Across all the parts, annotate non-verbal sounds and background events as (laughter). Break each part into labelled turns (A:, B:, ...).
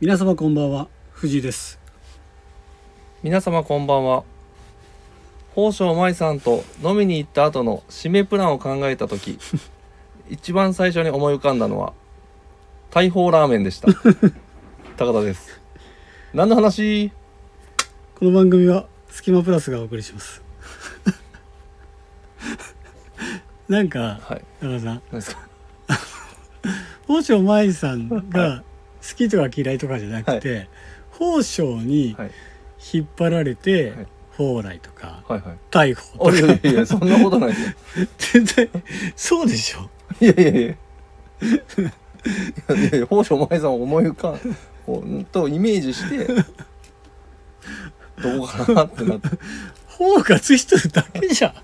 A: 皆様こんばんは藤井です
B: 皆様こんばんは宝生舞さんと飲みに行った後の締めプランを考えた (laughs) 時一番最初に思い浮かんだのは大砲ラーメンでした高田です何の話
A: この番組はスキマプラスがお送りします (laughs) なんか
B: はい
A: 高田さん
B: 何ですか
A: 宝生舞さんが好きとか嫌いとかじゃなくて、宝生に
B: はい
A: 引っ張られて、
B: はい
A: 宝来とか
B: はいはい
A: 逮捕
B: あい
A: と
B: やい
A: か
B: やいやそんなことないですよ
A: 全然そうでしょ
B: いやいやいやいやいやいや宝生舞さんを思い浮かんこうとイメージしてどうかなってなって
A: 宝がついてるだけじゃん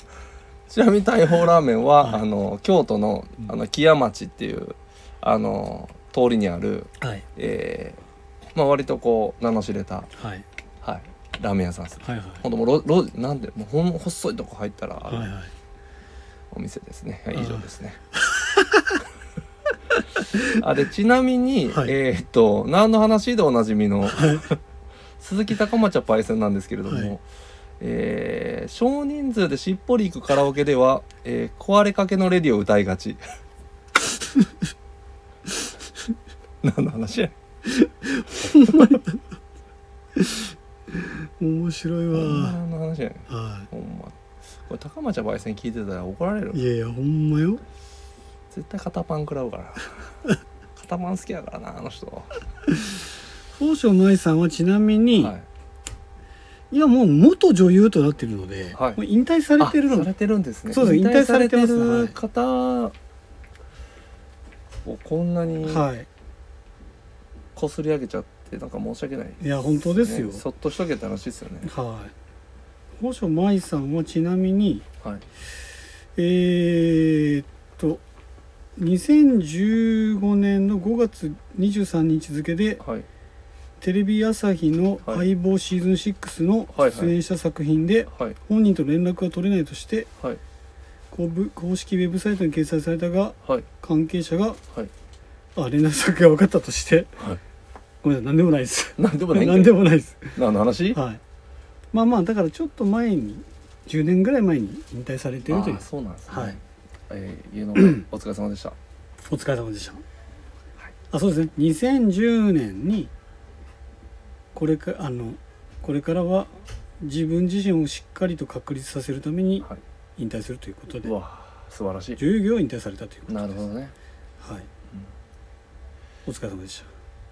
B: ちなみに大砲ラーメンは、
A: はい
B: あの京都の
A: うん
B: あの木屋町っていうあの通りにある、
A: はい
B: えーまあ、割とこう名の知れた、
A: はい
B: はい、ラーメン屋さんです
A: はいはい
B: ほんともうロロなんでもうほん細いとこ入ったらあ
A: はい
B: る
A: はい
B: お店ですね、はい
A: あー
B: 以上ですね (laughs) あでちなみに、
A: はい
B: えーっと何の話でおなじみの
A: はい
B: (laughs) 鈴木高町パイセンなんですけれども、
A: はい
B: えー少人数でしっぽり行くカラオケでは、えー壊れかけのレディを歌いがち (laughs) 何の話や
A: 面白いわ、
B: 何の話やねん
A: は
B: ほんまこれ高町パイセン聞いてたら怒られる
A: いいやいやほんまよ
B: 絶対肩パン食らうから
A: (laughs)
B: 肩パン好きやからなあの人は
A: 宝生舞さんはちなみ
B: い
A: に、今もう元女優となっているので、
B: はい
A: もう引退されてる
B: あ
A: の
B: されてるんですね
A: そうです
B: 引
A: 引
B: 退
A: 退
B: さ
A: さ
B: れ
A: れて
B: て
A: ます
B: る方をこんなに
A: はい
B: こすり上げちゃってなんか申し訳ない
A: いや本当ですよ、
B: ねそっとしとけって話ですよね
A: はい宝生舞さんはちなみに
B: はい
A: えーっと2015年の5月23日付で
B: はい
A: テレビ朝日の「
B: はい
A: 相棒シーズン6」の
B: はいはい
A: 出演した作品で
B: はい
A: 本人と連絡が取れないとして
B: はい
A: 公ぶ公式ウェブサイトに掲載されたが
B: はい
A: 関係者が
B: はい
A: あ連絡先が分かったとして
B: はい
A: ごめんなさい何でもないです
B: 何でもないんだよ
A: 何でもないです
B: 何の話
A: はいまあまあだからちょっと前に10年ぐらい前に引退されてるという
B: あーそうなんですね
A: はい
B: え
A: (clears throat)
B: ー、いうのがお疲れ様でした
A: お疲れ様でした、あそうですね2010年にこれかあのこれからは自分自身をしっかりと確立させるために
B: はい
A: 引退するということで、
B: うわ素晴らしい
A: 女優業を引退されたということ
B: なるほどね
A: はい、お疲れ様でし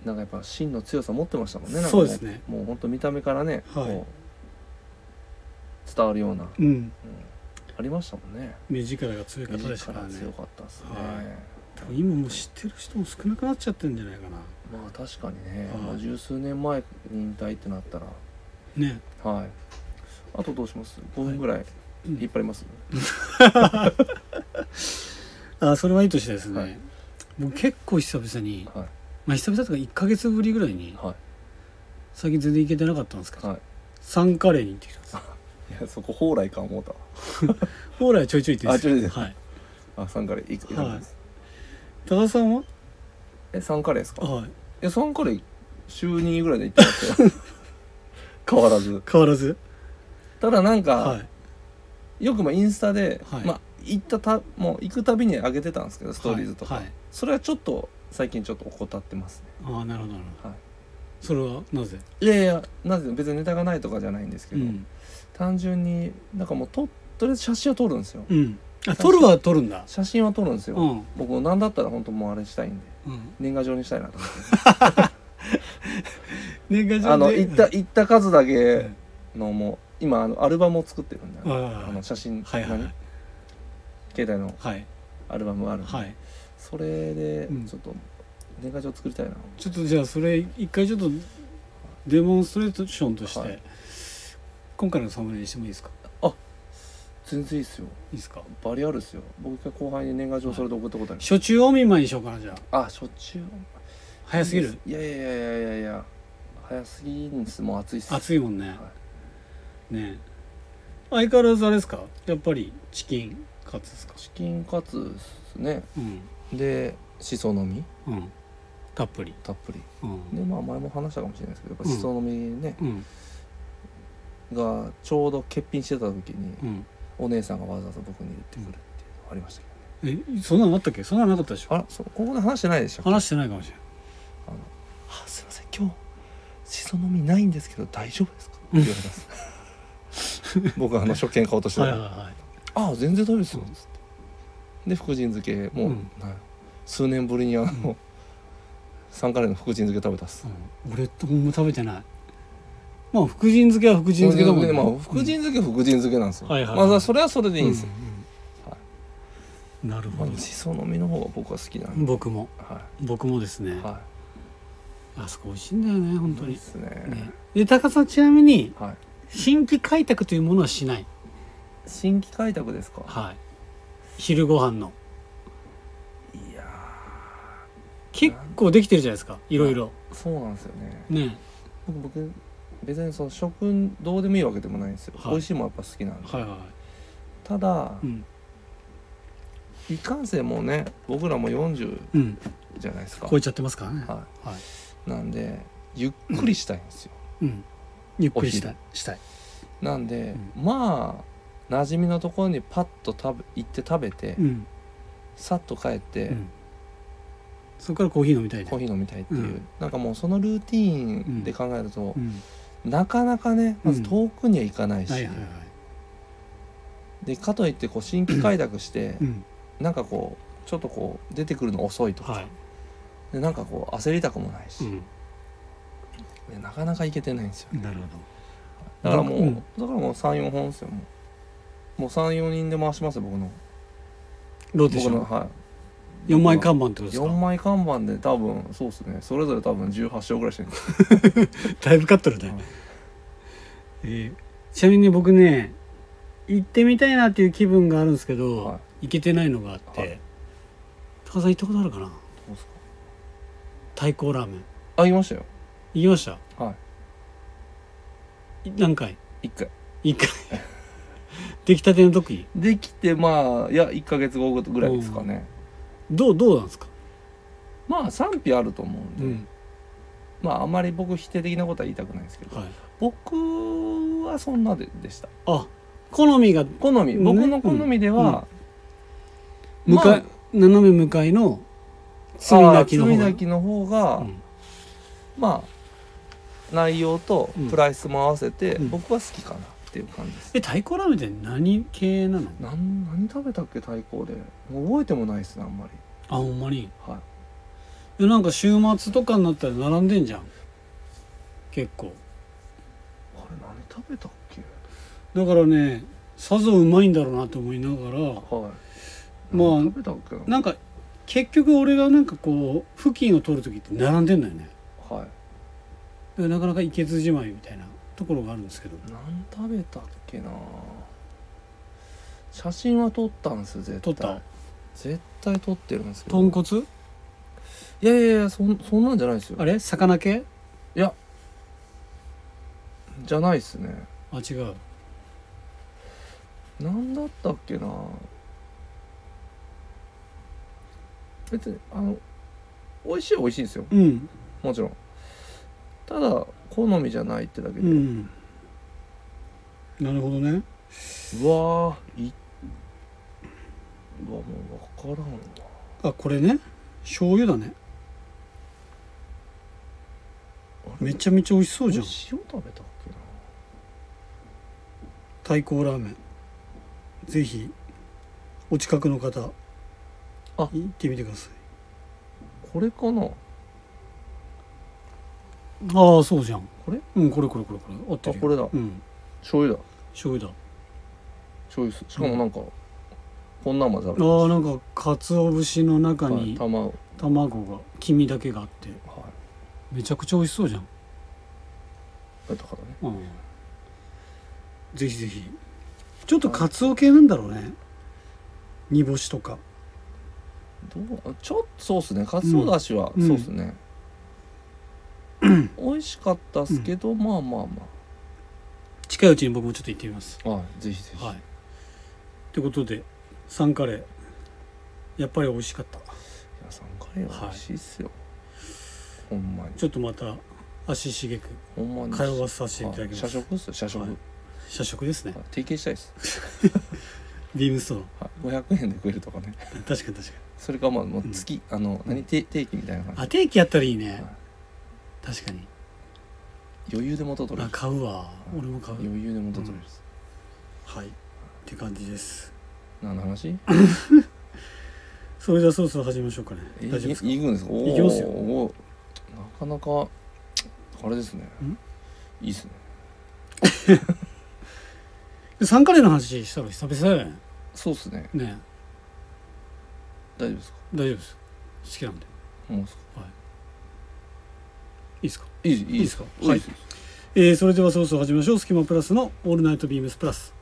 B: なんかやっぱ芯の強さ持ってましたもんねなんか
A: そうですね
B: もうもうほんと見た目からね、
A: はい
B: こう伝わるような、
A: たうん
B: ありましたもんね
A: 目力が強い方
B: 目
A: でしたから
B: 力
A: ね
B: 強かったですね、
A: は多分今もう知ってる人も少なくなっちゃってるんじゃないかな
B: まあ確かにね、
A: はい
B: まあ、十数年前に引退ってなったら
A: ね
B: はいあとどうします5分ぐらい
A: うん
B: 引っ張ります、
A: あそれはいい年ですね、
B: はい
A: もう結構久々に、
B: はい
A: まあ、久々とか1か月ぶりぐらいに
B: は
A: 最近全然行けてなかったんですけ
B: い
A: ど、
B: はい
A: サンカレーに行ってきたんです
B: いやそこ蓬莱か思うたわ
A: 蓬莱はちょいちょい行ってるんです
B: あ
A: はい、
B: あサンカレーいくいくんです、
A: 多田さんは
B: えサンカレーですか
A: はい
B: いやサンカレー週2ぐらいで行ってま
A: (laughs)
B: すよ変わらず
A: 変わらず
B: ただなんか、
A: はい
B: よくまあインスタで、
A: はい
B: まあ行ったたもう行くたびに上げてたんですけどストーリーズとか、
A: はいはい
B: それはちょっと最近ちょっと怠ってますね
A: ああなるほどなるほど、
B: はい
A: それはなぜ
B: いやいやなぜ別にネタがないとかじゃないんですけ
A: う
B: ど、
A: ん、
B: 単純になんかもうととりあえず写真を撮るんですよ
A: うん、あ撮るは撮るんだ
B: 写真を撮るんですよ、
A: うん、うん、
B: 僕も何だったら本当もうあれしたいんで年賀状にしたいな
A: (laughs)
B: と思っ
A: 年賀状
B: て
A: で
B: あの行った
A: はい
B: 行った数だけのもう今あのアルバムを作ってるんで、あの
A: は
B: 写真、
A: いはい
B: 何携帯の
A: はい
B: アルバムがあるんで、
A: はい
B: それで
A: うん
B: ちょっと年賀状作りたいな、
A: ちょっとじゃあそれ一回ちょっとデモンストレーションとして、
B: はい
A: 今回のサムネにしてもいいですか
B: 全然いいっすよ
A: いいですか
B: バリあるっすよ僕一回後輩に年賀状それで送ったことある、
A: 初中お見舞いにしようかなじゃあ
B: あしょっちゅう
A: 早すぎる
B: いやいやいやいやいや早すぎんですもう暑いっす
A: 暑いもんね、ね相変わらずあれですかやっぱりチキンカツですか
B: チキンカツですね
A: うん
B: でしその実
A: うんたっぷり、
B: たっぷり
A: うん
B: でまあ前も話したかもしれないですけどやっぱしその実ね、
A: うん
B: がちょうど欠品してた時に
A: うん、
B: お姉さんがわざわざ僕に言ってくるっていうのがありましたけどね
A: えそんなのあったっけそんなのなかったでしょ
B: あらそうここで話してないでしょ
A: 話してないかもしれない
B: あのあすいません今日しその実ないんですけど大丈夫ですか?」 (laughs) って言われます僕はあの初見買おうとしてた
A: はい
B: ら
A: はいはい
B: ああ全然大丈夫ですよ」
A: うん
B: つってで福神漬けもう、
A: うん
B: な数年ぶりにあの、三カレーの福神漬け食べたっす、
A: うん、俺ほんま食べてないまあ福神漬けは福神漬けだもん
B: まあ福神漬けは福神漬けなんですよ、
A: はいはいはい
B: まあそれはそれでいいんですよ、
A: うんうんな
B: は
A: る
B: ま
A: ほ
B: あ
A: ど
B: しその実の方が僕は好きなんで、
A: 僕も
B: は
A: 僕もですね
B: いは
A: あそこ美味しいんだよね本当
B: いいい
A: に
B: ですね
A: ねで高さんちなみに
B: はい
A: 新規開拓というものはしない
B: 新規開拓ですか
A: はい昼ご飯の
B: いや
A: 結構できてるじゃないですかいろいろ
B: ーそうなんですよね
A: ね
B: 僕僕別にその食どうでもいいわけでもないんですよ、
A: はい
B: 美味しいもんやっぱ好きなんで、
A: はいはいは
B: ただ
A: いうん
B: いかんせんもうね僕らも40
A: うん
B: じゃないですか
A: 超えちゃってますからね
B: は、
A: はい
B: なんでゆっくりしたいんですよ、
A: いうんゆっくりしたいしたい
B: なんで、まあ馴染みのところにパッと食べ行って食べて、
A: うん
B: さっと帰って、
A: うんそこからコーヒー飲みたいで
B: コーヒー飲みたいっていう、
A: うん
B: なんかもうそのルーティーンで考えると
A: う、ん
B: なかなかねまず
A: うん
B: 遠くには行かないし、
A: はいはいはい
B: でかといってこう新規開拓して、
A: うん
B: なんかこうちょっとこう出てくるの遅いとか、
A: はい
B: でなんかこう焦りたくもないし、
A: う
B: でなかなか行けてないんですよね
A: んなるほど
B: だからもう、
A: うん
B: だからもう34本ですよもうもう34人で回しますよ僕の
A: どうでし
B: 僕
A: ょ
B: の
A: う
B: はい
A: 4枚看板ってことです
B: 4
A: か
B: 枚看板で多分そうですねそれぞれ多分18章ぐらいしてるんです
A: (laughs) だいぶ勝っとるね、
B: はい
A: えーちなみに僕ね行ってみたいなっていう気分があるんですけど、
B: は
A: 行けてないのがあって、
B: はい
A: 高田さん行ったことあるかな
B: どうですか
A: 太鼓ラーメン
B: あ言いましたよ
A: 行きました
B: はい
A: 何回
B: い1回
A: 一回 (laughs) 出来たての時
B: できてまあいや1か月後ぐらいですかね、
A: どうどうなんですか、
B: まあ賛否あると思うんで、
A: うん
B: まああんまり僕否定的なことは言いたくないんですけど、
A: はい、
B: 僕はそんなででした
A: あ好みが
B: 好み僕の好みでは、
A: 向かい、
B: ま
A: 斜め向かいの罪
B: あ
A: な
B: ー
A: きの方
B: 罪
A: が
B: なきの方が、
A: うん
B: まあ内容とプライスも合わせて、
A: うん
B: 僕は好きかなっていう感じです、
A: え太鼓ラーメンって何系なの
B: なん何食べたっけ対抗でもう覚えてもないですねあんまり
A: あほんまに
B: はい
A: えなんか週末とかになったら並んでんじゃん結構
B: あれ何食べたっけ
A: だからねさぞうまいんだろうなと思いながら
B: はい
A: まあ
B: 何食べたっけな
A: なんか結局俺がなんかこう付近を取る時って並んでんだよね
B: はい
A: だからなかなかいけずじまいみたいなところがあるんですけど
B: 何食べたっけな写真は撮ったんですよ絶
A: 取
B: 対
A: った
B: 絶対撮ってるんですけど
A: 豚骨
B: いやいやいやそんそんなんじゃないですよ
A: あれ魚系
B: じゃないっすね
A: あ違う
B: 何だったっけな別にあの美味しいは美味しいですよ
A: うん
B: もちろんただ好みじゃないってだけで、
A: う
B: うん
A: なるほどね
B: わーいうわもう分からんわ
A: あこれね醤油だね
B: あれ
A: めちゃめちゃ美味しそう
B: 塩
A: じゃん
B: 食べたっけな
A: 太鼓ラーメンぜひお近くの方
B: あ
A: 行ってみてください
B: これかな
A: ああそうじゃん
B: これ
A: うんこれこれこれこれ合って
B: あ
A: るよ
B: これだ
A: うん
B: 醤油だ
A: 醤油だ
B: 醤油っすしかもなんか、こんなんまである
A: ああなんか鰹節の中
B: はい
A: に
B: 卵
A: 卵が黄身だけがあって
B: は
A: めちゃくちゃ美味しそうじゃん、
B: いだからね
A: うん、ぜひぜひちょっと鰹系なんだろうね煮干しとか
B: どうちょっとそうっすねかつおだしは、
A: うん
B: そうっす
A: (clears throat)
B: ね、美味しかったっすけど、まあまあま
A: 近いうちに僕もちょっと行ってみます
B: あはいぜひぜひ、
A: はいってことでサンカレーやっぱり美味しかった
B: いやサンカレーは美味しいっすよ、ほんまに
A: ちょっとまた足しげく
B: ほんまに
A: 通わさせていただきます
B: 社食っすよ社食、
A: はい社食ですね
B: 提携したいです、
A: ビームストーン
B: はい、500円で食えるとかね
A: 確かに確かに
B: それかまあもう月、あの
A: う
B: 何
A: ん
B: 定定期みたいな感じ
A: あ定期やったらいいね、
B: はい
A: 確かに
B: 余裕で元取れ
A: あ
B: る
A: 買うわ俺も買う
B: 余裕で元取れるです、
A: はいって感じです
B: 何の話
A: それではそろそろ始めましょうかね
B: え
A: 大丈夫ですか
B: い行くんですかおー
A: 行きますよ
B: おーなかなかあれですね
A: ん
B: いいですね
A: でサンカレーの話したの久々やね
B: そうっすね
A: ね
B: 大丈夫ですか
A: 大丈夫です好きなんで
B: もうっすか
A: いいですか
B: いいいいですか
A: いいですえーそれではそろそろ始めましょうスキマプラスのオールナイトビームスプラス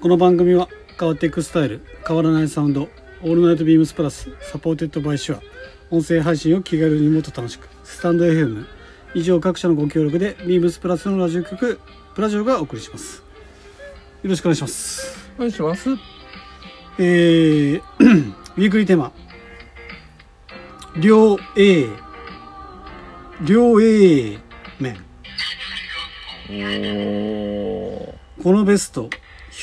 A: この番組は変わっていくスタイル変わらないサウンドオールナイトビームスプラスサポーテッドバイシュア音声配信を気軽にもっと楽しくスタンド FM 以上各社のご協力でビームスプラスのラジオ局プラジオがお送りしますよろしくお願いします
B: お願いします
A: えー (clears throat) ウィークリーテーマ「両 A 両 A 面
B: おー」
A: このベスト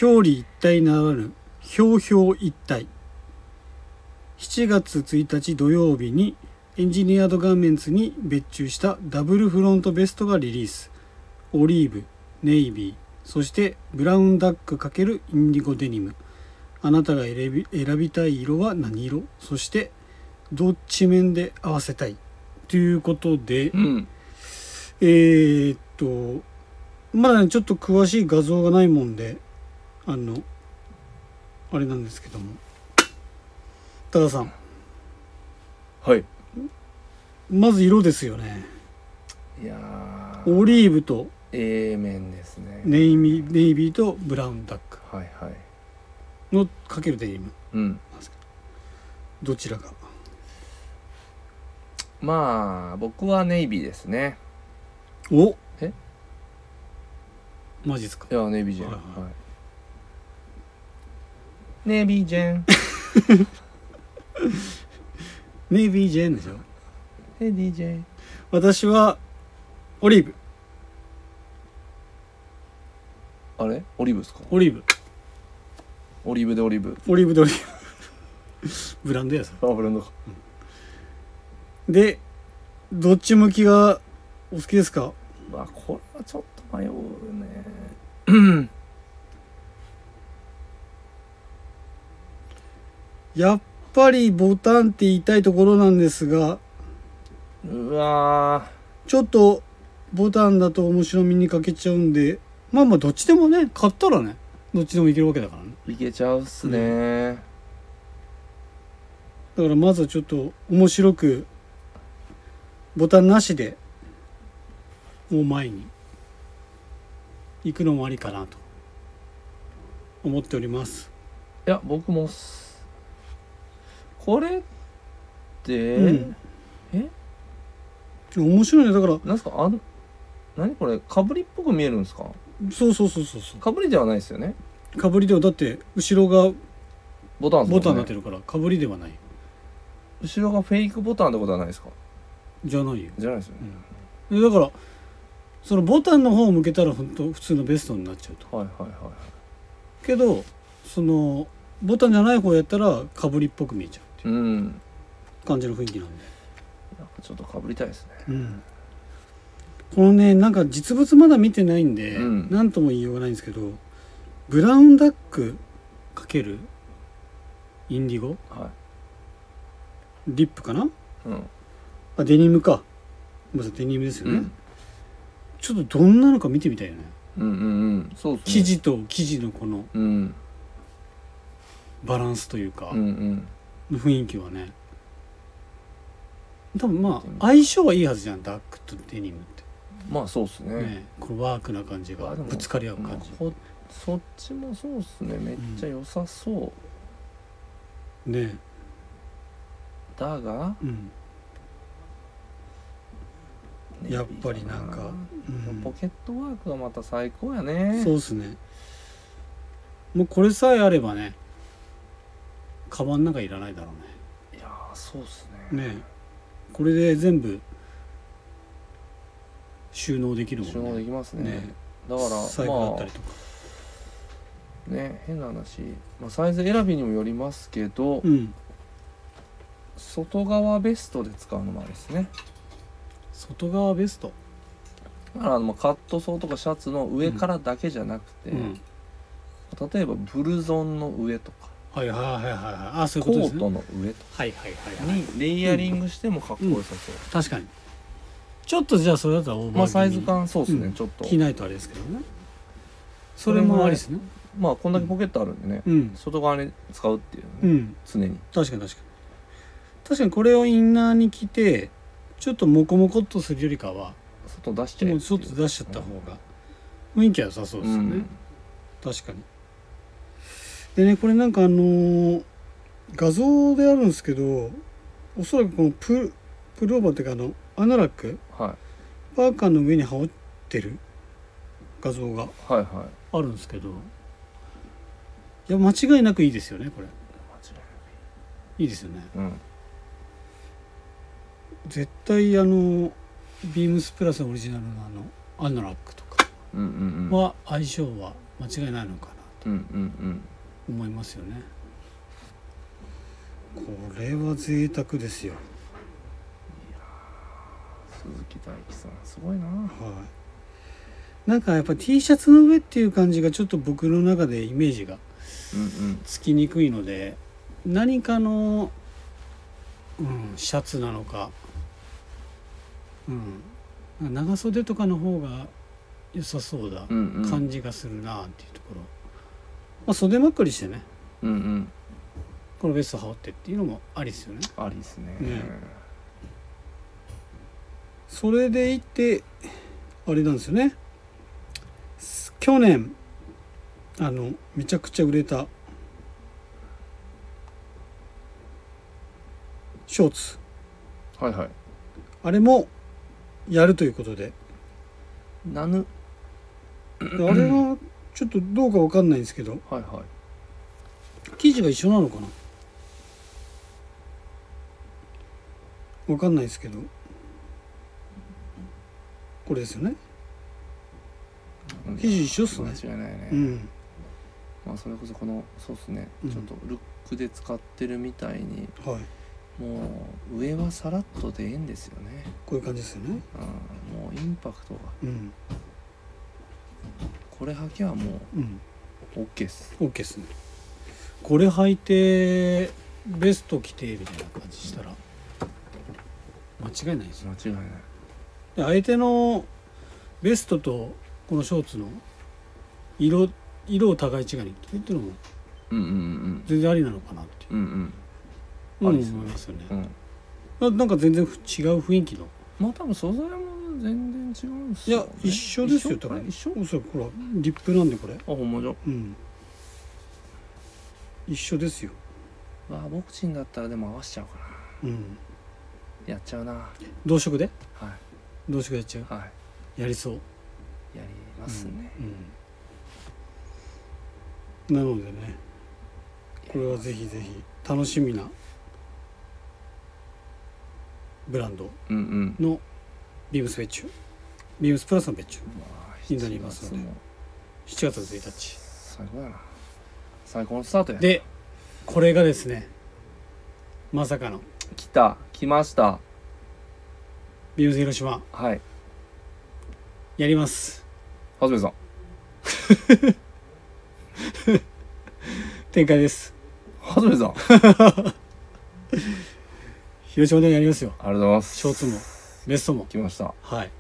A: 表裏一体ならぬ表表一体7月1日土曜日にエンジニアードガーメンツに別注したダブルフロントベストがリリースオリーブネイビーそしてブラウンダック×インディゴデニムあなたが選び選びたい色は何色そしてどっち面で合わせたいということで
B: うん
A: えーっとまだねちょっと詳しい画像がないもんであのあれなんですけども多田さん
B: はい
A: まず色ですよね
B: いやー
A: オリーブと
B: A 面ですね
A: ネイミネイビーとブラウンダック
B: はいはい
A: のかけるデニム
B: うん
A: どちらが
B: まあ僕はネイビーですね
A: お
B: え
A: マジですか
B: いやネイビージェン、
A: はいはい
B: はいネイビージェ
A: (laughs)
B: ン
A: ネイビージェーンでしょ
B: ヘディジェン
A: 私はオリーブ
B: あれオリーブですか
A: オリーブ
B: オリーブでオリーブ
A: オリーブでオリー (laughs) ブブランドやそれ
B: あブランドか
A: でどっち向きがお好きですか
B: まあこれはちょっと迷うねうん
A: やっぱりボタンって言いたいところなんですが
B: うわ
A: ちょっとボタンだと面白みに欠けちゃうんでまあまあどっちでもね買ったらねどっちでもいけるわけだからね
B: ーいけちゃうっすね、
A: だからまずはちょっと面白くボタンなしでもう前に行くのもありかなと思っております
B: いや僕もっすこれって、
A: うん
B: え
A: 面白いねだから
B: なんすかあん何これかぶりっぽく見えるんですか
A: そうそうそうそうそ
B: かぶりではないですよね
A: うかぶりではだって後ろが
B: ボタンです
A: ボ
B: もんね
A: タンになってるからかぶりではない
B: 後ろがフェイクボタンってことはないですか
A: じゃないよ
B: じゃないですよね、
A: でだからそのボタンの方を向けたら本当普通のベストになっちゃうと
B: はいはいはいはい
A: けどそのボタンじゃない方やったらかぶりっぽく見えちゃうってい
B: うんなん
A: う感じの雰囲気なんで、
B: かちょっとかぶりたいですね
A: うんこのねなんか実物まだ見てないんで
B: うん
A: 何、なん、とも言いようがないんですけどブラウンダックかけるインディゴ
B: は
A: リップかない
B: うん、
A: あデニムかまずデニムですよ
B: う
A: ね、
B: ん、
A: ちょっとどんなのか見てみたいよね
B: うんうんうんそうです
A: 生
B: ね
A: 地と生地のこの
B: うん
A: バランスというか、
B: うんうん
A: の雰囲気はね多分ま
B: でも
A: あ相性はいいはずじゃんダックとデニムっ
B: まあそうっすね
A: てねこのワークな感じ
B: ま
A: が
B: あでも
A: ぶつかり合う
B: まあ
A: 感じ
B: こそっちもそうっすねめっちゃ良さそう、
A: ね
B: だが
A: うんやっぱりなんかうん
B: ポケットワークがまた最高や
A: そう
B: ね
A: っすねもうこれさえあればねカバンなんかいらないだろ
B: いやーそうっす
A: う
B: ね
A: ねねえこれで全部収納できるもんね
B: 収納できますね
A: ね
B: だから
A: 財布だ
B: ま
A: った
B: あ
A: りとか、
B: ね変な話、まあ、サイズ選びにもよりますけど、
A: うん
B: 外側ベストで使うのもあるですね
A: 外側ベスト、
B: だからまあカットソーとかシャツの上からだけじゃなくて、
A: うん、
B: 例えばブルゾンの上とか
A: はいはいはいはいはいあそういう
B: コ
A: ことです
B: ー
A: ね
B: トの上と
A: はいはいはい
B: か
A: はい
B: にレイヤリングしてもかっこよさそう、
A: 確かにちょっとじゃあそれだったらオーバー気味
B: まあサイズ感そうですね、
A: うん
B: ちょっと
A: 着ないとあれですけどねそれもありですね
B: まあこんだけポケットあるんでね、
A: うん
B: 外側に使うっていうね、
A: うん
B: 常に
A: 確かに確かに確かにこれをインナーに着てちょっとモコモコっとするよりかは
B: 外出しちゃえ
A: も
B: っ
A: う
B: ていう
A: 外出しちゃった方が雰囲気は良さそうですよね、
B: ん
A: 確かにでねこれなんかあのー画像であるんですけどおそらくこのププルオーバーっていうかあのアナラック
B: は
A: パーカーの上に羽織ってる画像が
B: いはいはい
A: あるんですけどいや間違いなくいいですよねこれいいですよね
B: うん
A: 絶対あのビームスプラスオリジナルのあのアナラックとか
B: うんうんうん
A: は相性は間違いないのかな
B: うんうん
A: と思いますよねこれは贅沢ですよ
B: 鈴木大樹さんすごいな
A: はいなんかやっぱ T シャツの上っていう感じがちょっと僕の中でイメージが
B: うん
A: つきにくいので何かの、うん、シャツなのか、うん、長袖とかの方が良さそうだ
B: うんうんうん
A: 感じがするなっていうところ、まあ、袖まくりしてね
B: うんうん
A: このベスト羽織ってっていうのもありですよね
B: ありですね
A: ねそれでいてあれなんですよねす去年あのめちゃくちゃ売れたショーツ
B: はいはい
A: あれもやるということ (clears throat) で
B: ナヌ
A: であれはちょっとどうかわかんないんですけど
B: はいはい
A: 生地が一緒なのかなわかんないですけどこれですよね生地一緒っすね
B: 間違いないね、
A: うん
B: まあそれこそこのそうっすね、
A: うん
B: ちょっとルックで使ってるみたいに
A: はい
B: もう上はさらっとでええんですよね、
A: こういう感じですよね
B: うん、もうインパクトが
A: うん
B: これ履きはも
A: うん
B: う OK っす
A: OK ですねこれ履いてベスト着てみたいな感じしたら間違いないですよ
B: 間違いない
A: で相手のベストとこのショーツの色色を互い違いにっていうのも
B: うんうんうん
A: 全然ありなのかなって
B: うんうん
A: うん
B: あ
A: 思
B: りで
A: い
B: すね
A: ますよね
B: う
A: な
B: ん
A: なんか全然ふ違う雰囲気の
B: まあ多分素材も全然違うんす
A: いや一緒ですよ
B: 一
A: 多
B: 緒あ
A: 分
B: 一緒
A: おそらくほらリップなんでこれ
B: あほんまじゃ
A: うん一緒ですよ
B: わあボクシンだったらでも合わせちゃうかな
A: うん
B: やっちゃうなは
A: 同色で
B: い
A: 同色やっちゃう
B: は
A: やりそう
B: いやりますね、
A: うん、なのでねこれはぜひぜひ楽しみなブランド
B: うん、うんうん
A: のビームス別注ビームスプラスの別注になりますので
B: ね
A: 7月1日
B: 最高やな最高のスタートや
A: でこれがですねまさかの
B: 来た来ました
A: ビームス広島
B: はい
A: やります
B: はじめさん
A: 展開です
B: はじめさんあり
A: 広島でやりますよ
B: がとうございます
A: ショーツもベストも
B: 来ましたあ
A: はい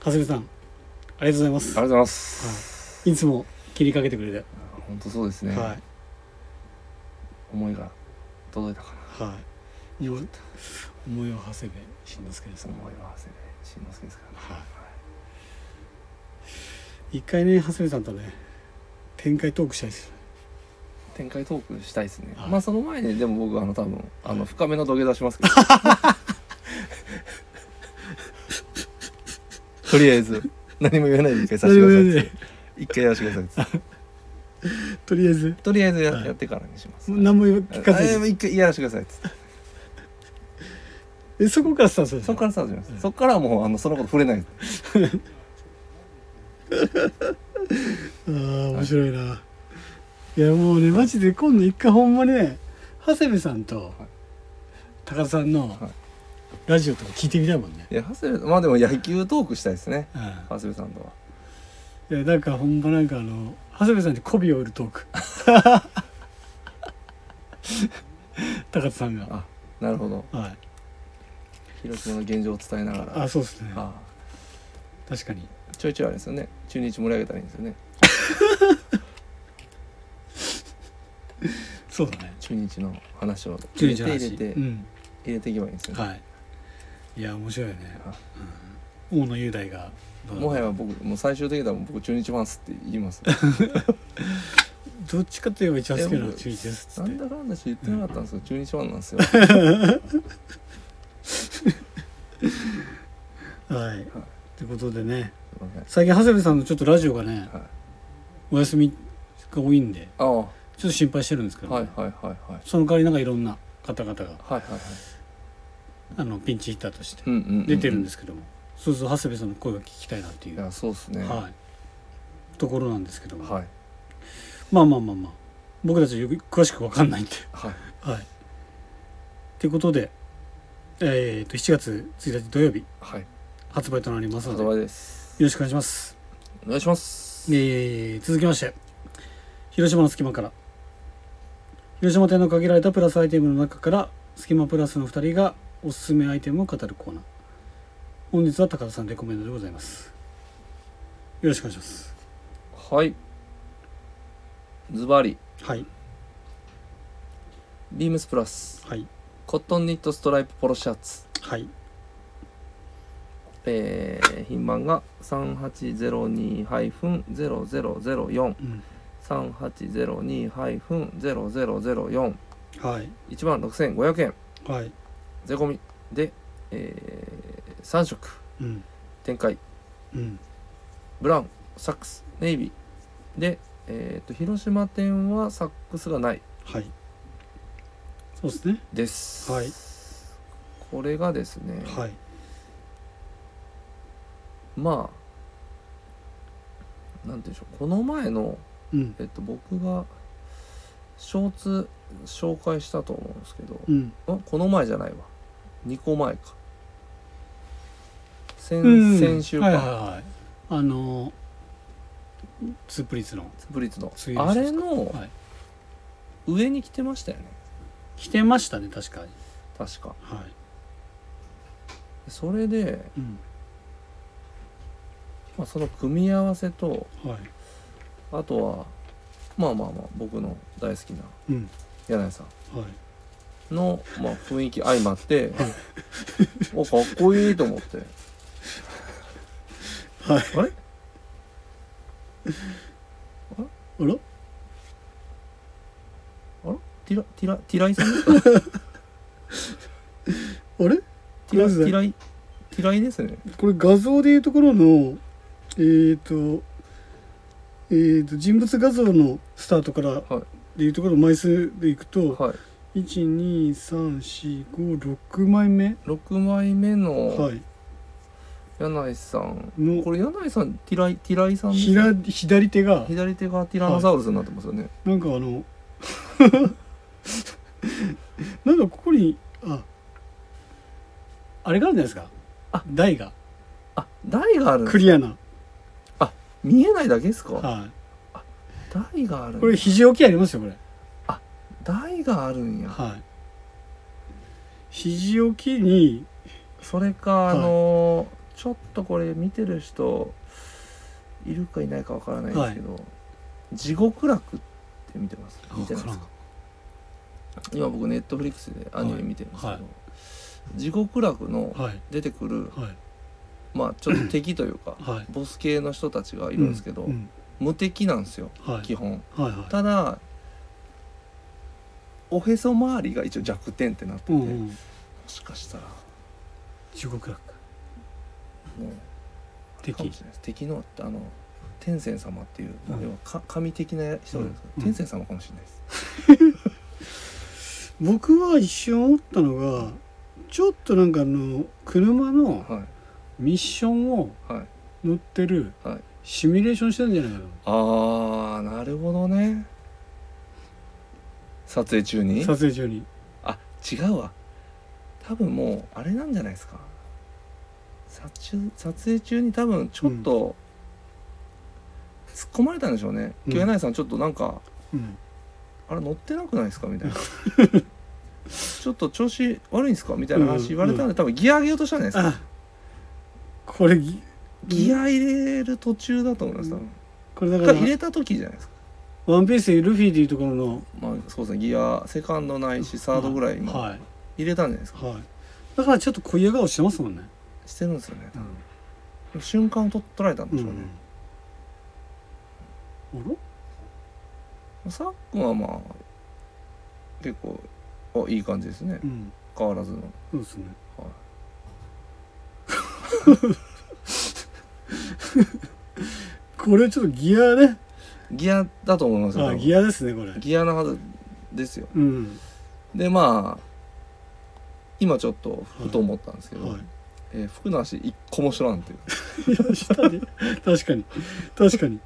A: 長谷部さんありがとうございま
B: り
A: す
B: がとうございます、
A: いつも気にかけてくれて、
B: 本当そうですね、
A: はい
B: 思いが届いたか
A: はい。よ思いを馳せべしんのすけです
B: な
A: ね。
B: 思いはせねしんのすけですからね
A: 一回ね、長谷部さんとね、展開トークしたいですよね。
B: 展開トークしたいですね、
A: はい
B: まあその前にでも僕あの多分あの深めの土下座しますけど (laughs) とりあえず何も言わないで一回させてくださいっつって一回やらせてくださいっつって
A: とりあえず
B: とりあえずや,、
A: はい
B: やってからにします。
A: 何も聞か
B: あ
A: ず
B: で
A: に
B: も一回やらせてくださいっつって
A: えそこからスタートです
B: そこからスタートします、そこからはもうあのそのこと触れないです
A: あー面白いな、い、やもうねマジで今度一回ほんまね長谷部さんと
B: はい
A: 高田さんの
B: はい
A: ラジオとか聞いてみたいもんね、
B: いや長谷部まあでも野球トークしたいですね
A: うん
B: 長谷部さんとは。
A: いやなんかほんまなんかあの長谷部さんに媚びを売るトーク (laughs) 高田さんが
B: あなるほど
A: はい
B: 広島の現状を伝えながら
A: あそうですね
B: あ
A: 確かに
B: ちょいちょいあれですよね中日盛り上げたらいいんですよね
A: そうだね
B: 中日の話を
A: 中
B: 入
A: 日の
B: れて入
A: 話
B: れて、
A: うん
B: 入れていけばいいんですよね、
A: はいいや面白いよね
B: は、
A: うん、大野雄大が
B: もはや僕もう最終的にはもう僕中日ファンスって言います
A: どっちかといえば一番好きなの
B: い
A: は
B: や僕
A: 中日ですっつ
B: な
A: って
B: んだかんだし言ってなかったんですよ、中日ファンなんです
A: (laughs)
B: よ
A: はい。ということでね、
B: は
A: 最近長谷部さんのちょっとラジオがね、
B: い
A: お休みが多いんで、
B: ああは
A: ちょっと心配してるんですけ
B: い
A: ど、
B: はいはいはいはい
A: その代わりなんかいろんな方々が
B: はいはい
A: あのピンチヒッターとして
B: うんうん、うん、
A: 出てるんですすけども、そうそう長谷部さんの声が聞きたいなってい、
B: いうやそうですね
A: はい、ところなんですけども、
B: はい
A: まあまあまあまあ、僕たちよく詳しくわかんないんで、
B: はい
A: はい。ということで、えー、と7月1日土曜日
B: はい
A: 発売となりますので、
B: 言
A: よ
B: 葉です
A: ろしくお願いします。
B: お願いします
A: えー続きまして広島の隙間から広島店の限られたプラスアイテムの中から隙間プラスの2人がおすすめアイテムを語るコーナー本日は高田さんレコメンドでございますよろしくお願いします
B: はいズバリ
A: はい
B: ビームスプラス
A: はい
B: コットンニットストライプポロシャツ
A: はい
B: えー、品番が3802-00043802-0004
A: うんはい
B: 1万6500円
A: はい
B: 税込みで、えー、3色
A: うん
B: 展開
A: うん
B: ブラウンサックスネイビーで、えー、と広島店はサックスがない
A: はいそうですね
B: です、
A: はい
B: これがですね、
A: はい
B: まあなんていうんでしょうこの前の
A: うん
B: えっと、僕がショーツ紹介したと思うんですけど、
A: うん
B: あこの前じゃないわ2個前か先,、
A: うん
B: 先週か、
A: はいはいはいあのーツープリーズの
B: スプリッツの
A: 水曜
B: あ
A: 日です
B: れの
A: はい
B: 上に来てましたよね
A: 来てましたね確かに
B: 確か
A: はい
B: それで、
A: うん
B: まあ、その組み合わせと
A: はい
B: あとはまあまあまあ僕の大好きな
A: うん
B: 柳井さ
A: はい
B: んの、まあ、雰囲気相まっておかっこいいと思って
A: はい
B: あれ
A: あら
B: ティラティラティライさんですか
A: あれ
B: ティラ
A: まず
B: ティライティライですね。
A: これ画像でいうところのえっ、とえっ、と人物画像のスタートから
B: は
A: でいうところの枚数でいく
B: い。
A: と、
B: はい。
A: 12345枚目
B: 六枚目の
A: はい
B: 柳井さん。
A: の
B: これ柳井さんティライティライさんです
A: ひ
B: ね。
A: ら左手が
B: 左手がティラノサウルスになってますよね。
A: なんかあの (laughs) なんかここにああれがあるんじゃないですか
B: あ
A: 台が
B: あ、台がある。
A: クリアな、
B: 見えないだけですか。
A: は
B: 台がある
A: い、
B: ん。
A: これ肘置きありますよこれ
B: 台があるんや。
A: はい。肘置きに、
B: それ
A: は
B: かあ
A: い
B: のーちょっとこれ見てる人いるかいないかわからないですけど、地獄楽って見てます。見てないですか。今僕ネットフリックスでアニメ見てるんですけど、
A: はいは
B: 地獄楽の
A: はい。
B: 出てくる
A: はい。
B: まあちょっと敵というか
A: はい。
B: ボス系の人たちがいるんですけど、
A: うんうん
B: 無敵なんですよ
A: はい。
B: 基本
A: はい。はい。
B: ただおへそ周りが一応弱点ってなってて、
A: うん、う
B: も
A: ん。
B: しかしたらね
A: 地獄楽。
B: かも
A: 敵。
B: しれないです敵のあの天仙様っていう、
A: うん
B: 要はか神的な人です、
A: うんうん
B: 天仙様かもしれないです、
A: 僕は一瞬思ったのがちょっとなんかあの車の
B: は
A: ミッションを
B: いはい
A: 乗ってる
B: はい
A: シミュレーションしてるんじゃないかな
B: ああなるほどね撮影中に
A: 撮影中に
B: あ違うわ多分もうあれなんじゃないですか撮中撮影中に多分ちょっと突っ込まれたんでしょうね
A: うん
B: 清柳さんちょっとなんか
A: うん
B: あれ乗ってなくないですか
A: (laughs)
B: みたいなちょっと調子悪いんですかみたいな話言われたんで、多分ギア上げようとしたんじゃないですか
A: あこれぎ
B: ギア入れる途中だと思います多分、
A: これだ
B: か
A: か
B: (laughs)
A: ら
B: 入れた時じゃないですか
A: ワンピースでルフィでいうところの
B: まあそうですねギアセカンドないしサードぐらい今
A: はい
B: 入れたんじゃないですか
A: はいだからちょっと小嫌顔してますもんね
B: してるんですよね瞬間をと捉えたん
A: う
B: で
A: ん
B: しょうね、
A: あら
B: さっくんはまあ結構あいい感じですね
A: うん
B: 変わらずの、
A: そうですね
B: はい
A: (laughs) これちょっとギアね
B: ギアだと思いますよ
A: あ
B: 多分
A: ギアですねこれ
B: ギアなはずですよ
A: うん
B: でまあ今ちょっとふと思ったんですけど、
A: はい
B: えー服の足一個も知らんっていう
A: いや下に (laughs) 確かに確かに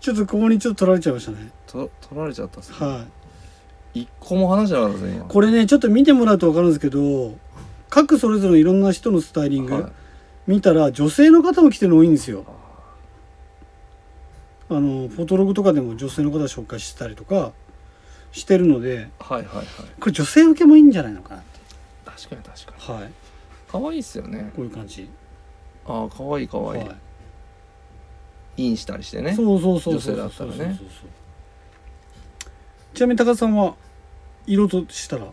A: ちょっとここにちょっと取られちゃいましたね
B: と取られちゃったっすね
A: はい
B: 一個も話してなかったですね今
A: これねちょっと見てもらうと分かるんですけど各それぞれのいろんな人のスタイリング、
B: はい
A: 見たら女性の方も来てるの多いんですよあのフォトログとかでも女性の方紹介してたりとかしてるので
B: はいはいはい
A: これ女性受けもいいんじゃないのかなって
B: 確かに確かに
A: はい
B: 可愛いっすよね
A: こういう感じ
B: ああ可愛い可愛い、
A: はい
B: インしたりしてね
A: そうそうそうそう
B: 女性だったら
A: そうそう
B: ね
A: そうそうちなみに高田さんは色としたら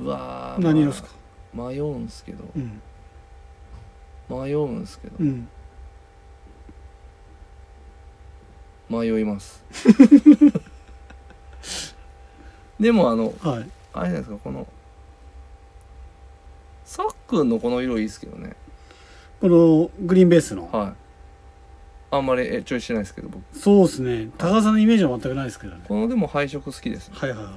B: うわー
A: 何色ですか、
B: まあ迷うんすけど
A: うん
B: 迷うんすけど
A: うん
B: 迷います (laughs) でもあの
A: はい
B: あれじゃないですかこのさっくんのこの色いいですけどね
A: このグリーンベースの
B: はいあんまりえチョイスしてないですけど僕
A: そうですね高田さんのイメージは全くないですけどね
B: このでも配色好きですね
A: はいはいはい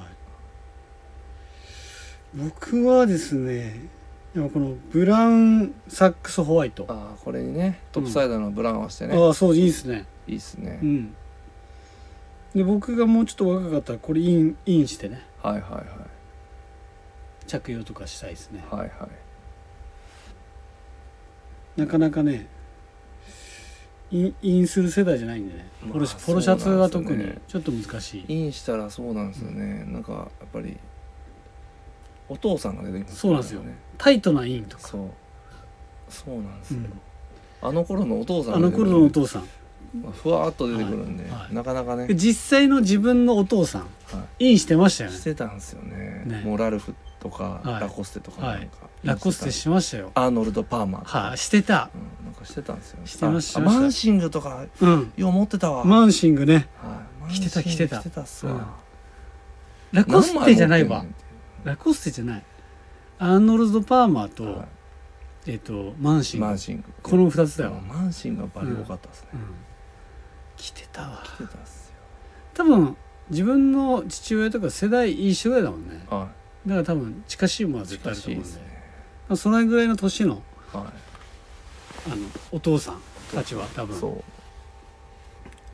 A: 僕はですねでもこのブラウンサックスホワイト
B: ああこれにねトップサイダーのブラウン合わせてね、
A: ああそういいですね
B: いいっすね、
A: うんで僕がもうちょっと若かったらこれインインしてね
B: はいはいはい
A: 着用とかしたいですね
B: はいはい
A: なかなかねインインする世代じゃないんでね
B: まあ
A: ポロシポロシャツは
B: そう
A: 特
B: なんですよね
A: にちょっと難しい
B: インしたらそうなんですよね、なんかやっぱりお父さんが出てきます
A: そうなんですよタイトなインとか、
B: そうそうなんです
A: う
B: よ、
A: ん
B: あの頃のお父さん
A: あ
B: が
A: の
B: 出てくる
A: 頃のお父さん
B: ふわーっと出てくるんで、
A: はいはい
B: なかなかね、
A: 実際の自分のお父さん
B: は
A: インしてましたよ
B: い、
A: ね
B: してたんですよね
A: ね
B: もうラルフとか、
A: はい
B: ラコステとかなんか、
A: ラコステしましたよ
B: アーノルド・パーマとか、
A: はい、してた
B: うん、なんかしてたんですよね
A: してました
B: あ
A: してました
B: マンシングとか
A: うん
B: よう持ってたわ、
A: マンシングね
B: はい、
A: 着てた
B: マンシ
A: 着て
B: ング
A: た
B: 着てたっすわ、
A: うんラコステじゃないわ
B: 何枚持ってんねんって
A: ラコステじゃないアーノルド・パーマーと、
B: は
A: えっ、とマンシ
B: い
A: ング
B: マンシング
A: この2つだよ、
B: マンシングがバリ良かったですね、
A: うん、来てたわ
B: 着てたっす
A: 多分自分の父親とか世代一緒ぐらいだもんね
B: よは
A: だから多分近しいものはい絶対あると思うんで
B: 懐かしいですね
A: そのぐらいの年の
B: は
A: あのお父さんたちは多
B: い
A: 分
B: そう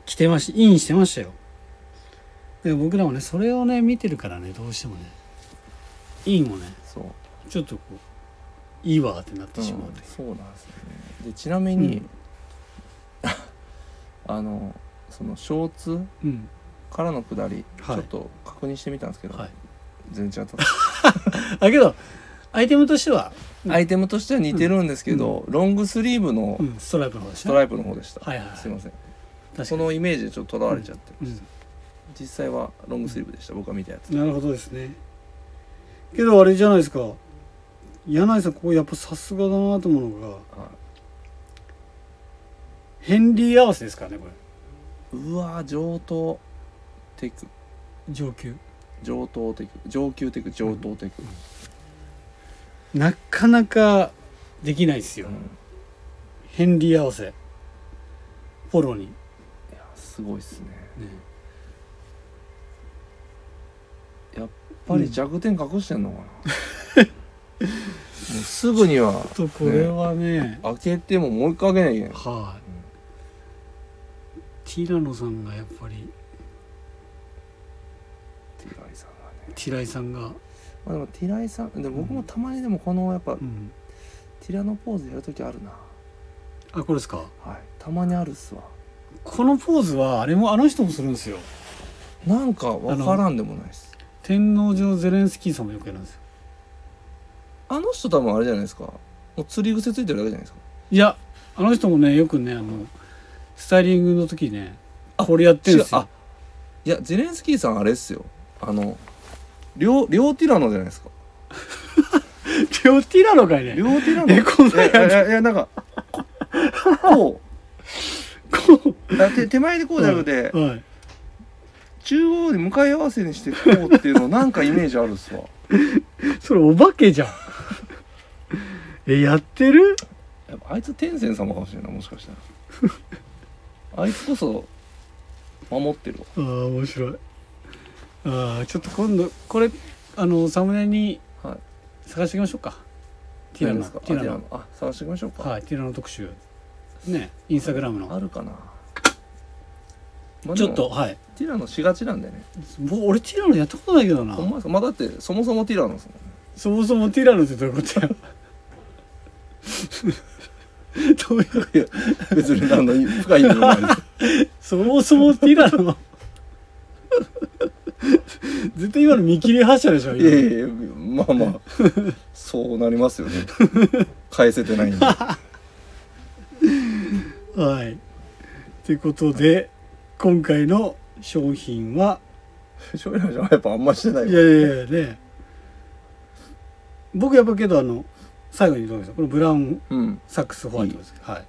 A: 来てましインしてましたよで僕らもねそれをね見てるからねどうしてもねインをね
B: そう
A: ちょっとこういいわってなってしまう
B: うん
A: という
B: そうなんですねでちなみに、
A: うん
B: (laughs) あのそのショーツ
A: うん、
B: からの下り、
A: はい
B: ちょっと確認してみたんですけど、
A: はい (laughs)
B: 全然違った
A: だけどアイテムとしては、
B: アイテムとしては似てるんですけど、ロングスリーブの
A: うん、ストライプの方でし
B: ス
A: た
B: トライプの方でした、
A: はいはいはい
B: すいません
A: 確か
B: そ
A: に
B: のイメージでちょっととらわれちゃってま
A: うん
B: した、実際はロングスリーブでした、僕が見たやつ
A: なるほどですねけどあれじゃないですか柳井さんここやっぱさすがだなと思うのが
B: は
A: ヘンリー合わせですからねこれ
B: いうわー上等テク
A: 上級
B: 上等テク上級テク上等テク、
A: なかなかできないですよ、
B: うん
A: ヘンリー合わせフォローに、
B: いやすごいですね
A: ね
B: やっぱり弱点隠してんのか (laughs) な、もうすぐには
A: ちょっとこれはね
B: 開けてももう一回開けなきゃいけない
A: はい、
B: うん
A: ティラノさんがやっぱり
B: ティライさんがね、
A: ティライさんが、
B: まあ、でもティライさんでも僕もたまにでもこのやっぱ、
A: うん、
B: ティラノポーズやるときあるな
A: あこれですか
B: はいたまにあるっすわ
A: このポーズはあれもあの人もするんですよ
B: なんかわからんでもないっす
A: 天皇城ゼレンスキーさんもよくやるんですよ
B: あの人多分あれじゃないですかもう釣り癖ついてるだけじゃないですか
A: いやあの人もねよくねあのスタイリングの時ねこれやってるんです
B: 違う
A: よ
B: あいやゼレンスキーさんあれっすよあの両両ティラノじゃないですか
A: 両ティラノかいね
B: 両手なの
A: (laughs) えこんなやつ
B: いやいやいやなんかこ
A: こ
B: う
A: (laughs)
B: あ手手前でこうじゃなくて、
A: うはい
B: 中央に向かい合わせにしてこうっていうのなんかイメージあるっすわ
A: それお化けじゃん (laughs) えやってる
B: (laughs) やっぱあいつ天仙様かもしれないもしか (laughs) したらあいつこそ守ってるわ
A: ああ面白いあーちょっと今度これあのサムネに
B: はい
A: 探していきましょうかティラ
B: 何
A: ノ
B: ですかあ
A: ティラノ
B: あ探してみましょうか、
A: はいティラノ特集ねインスタグラムの
B: あるかな、まあでも
A: ちょっとはい
B: ティラノしがちなんでね
A: 僕俺ティラノやったことないけどな
B: ほんまですかまあだってそもそもティラノですもんね
A: そもそもティラノってどういうことや (laughs) どういう
B: 別に何の深い意味もないです
A: そもそもティラノ絶対今の見切り発車でしょ
B: (laughs) いや
A: 今
B: いやまあまあそうなります (laughs) よね返せてない (laughs) んで
A: はいということで今回の商品は
B: 少年じゃやっぱあんましてない
A: い
B: わ
A: やいやいやね僕やっぱけどあの最後にどうですかこのブラウン
B: うん
A: サックスホワイトですはい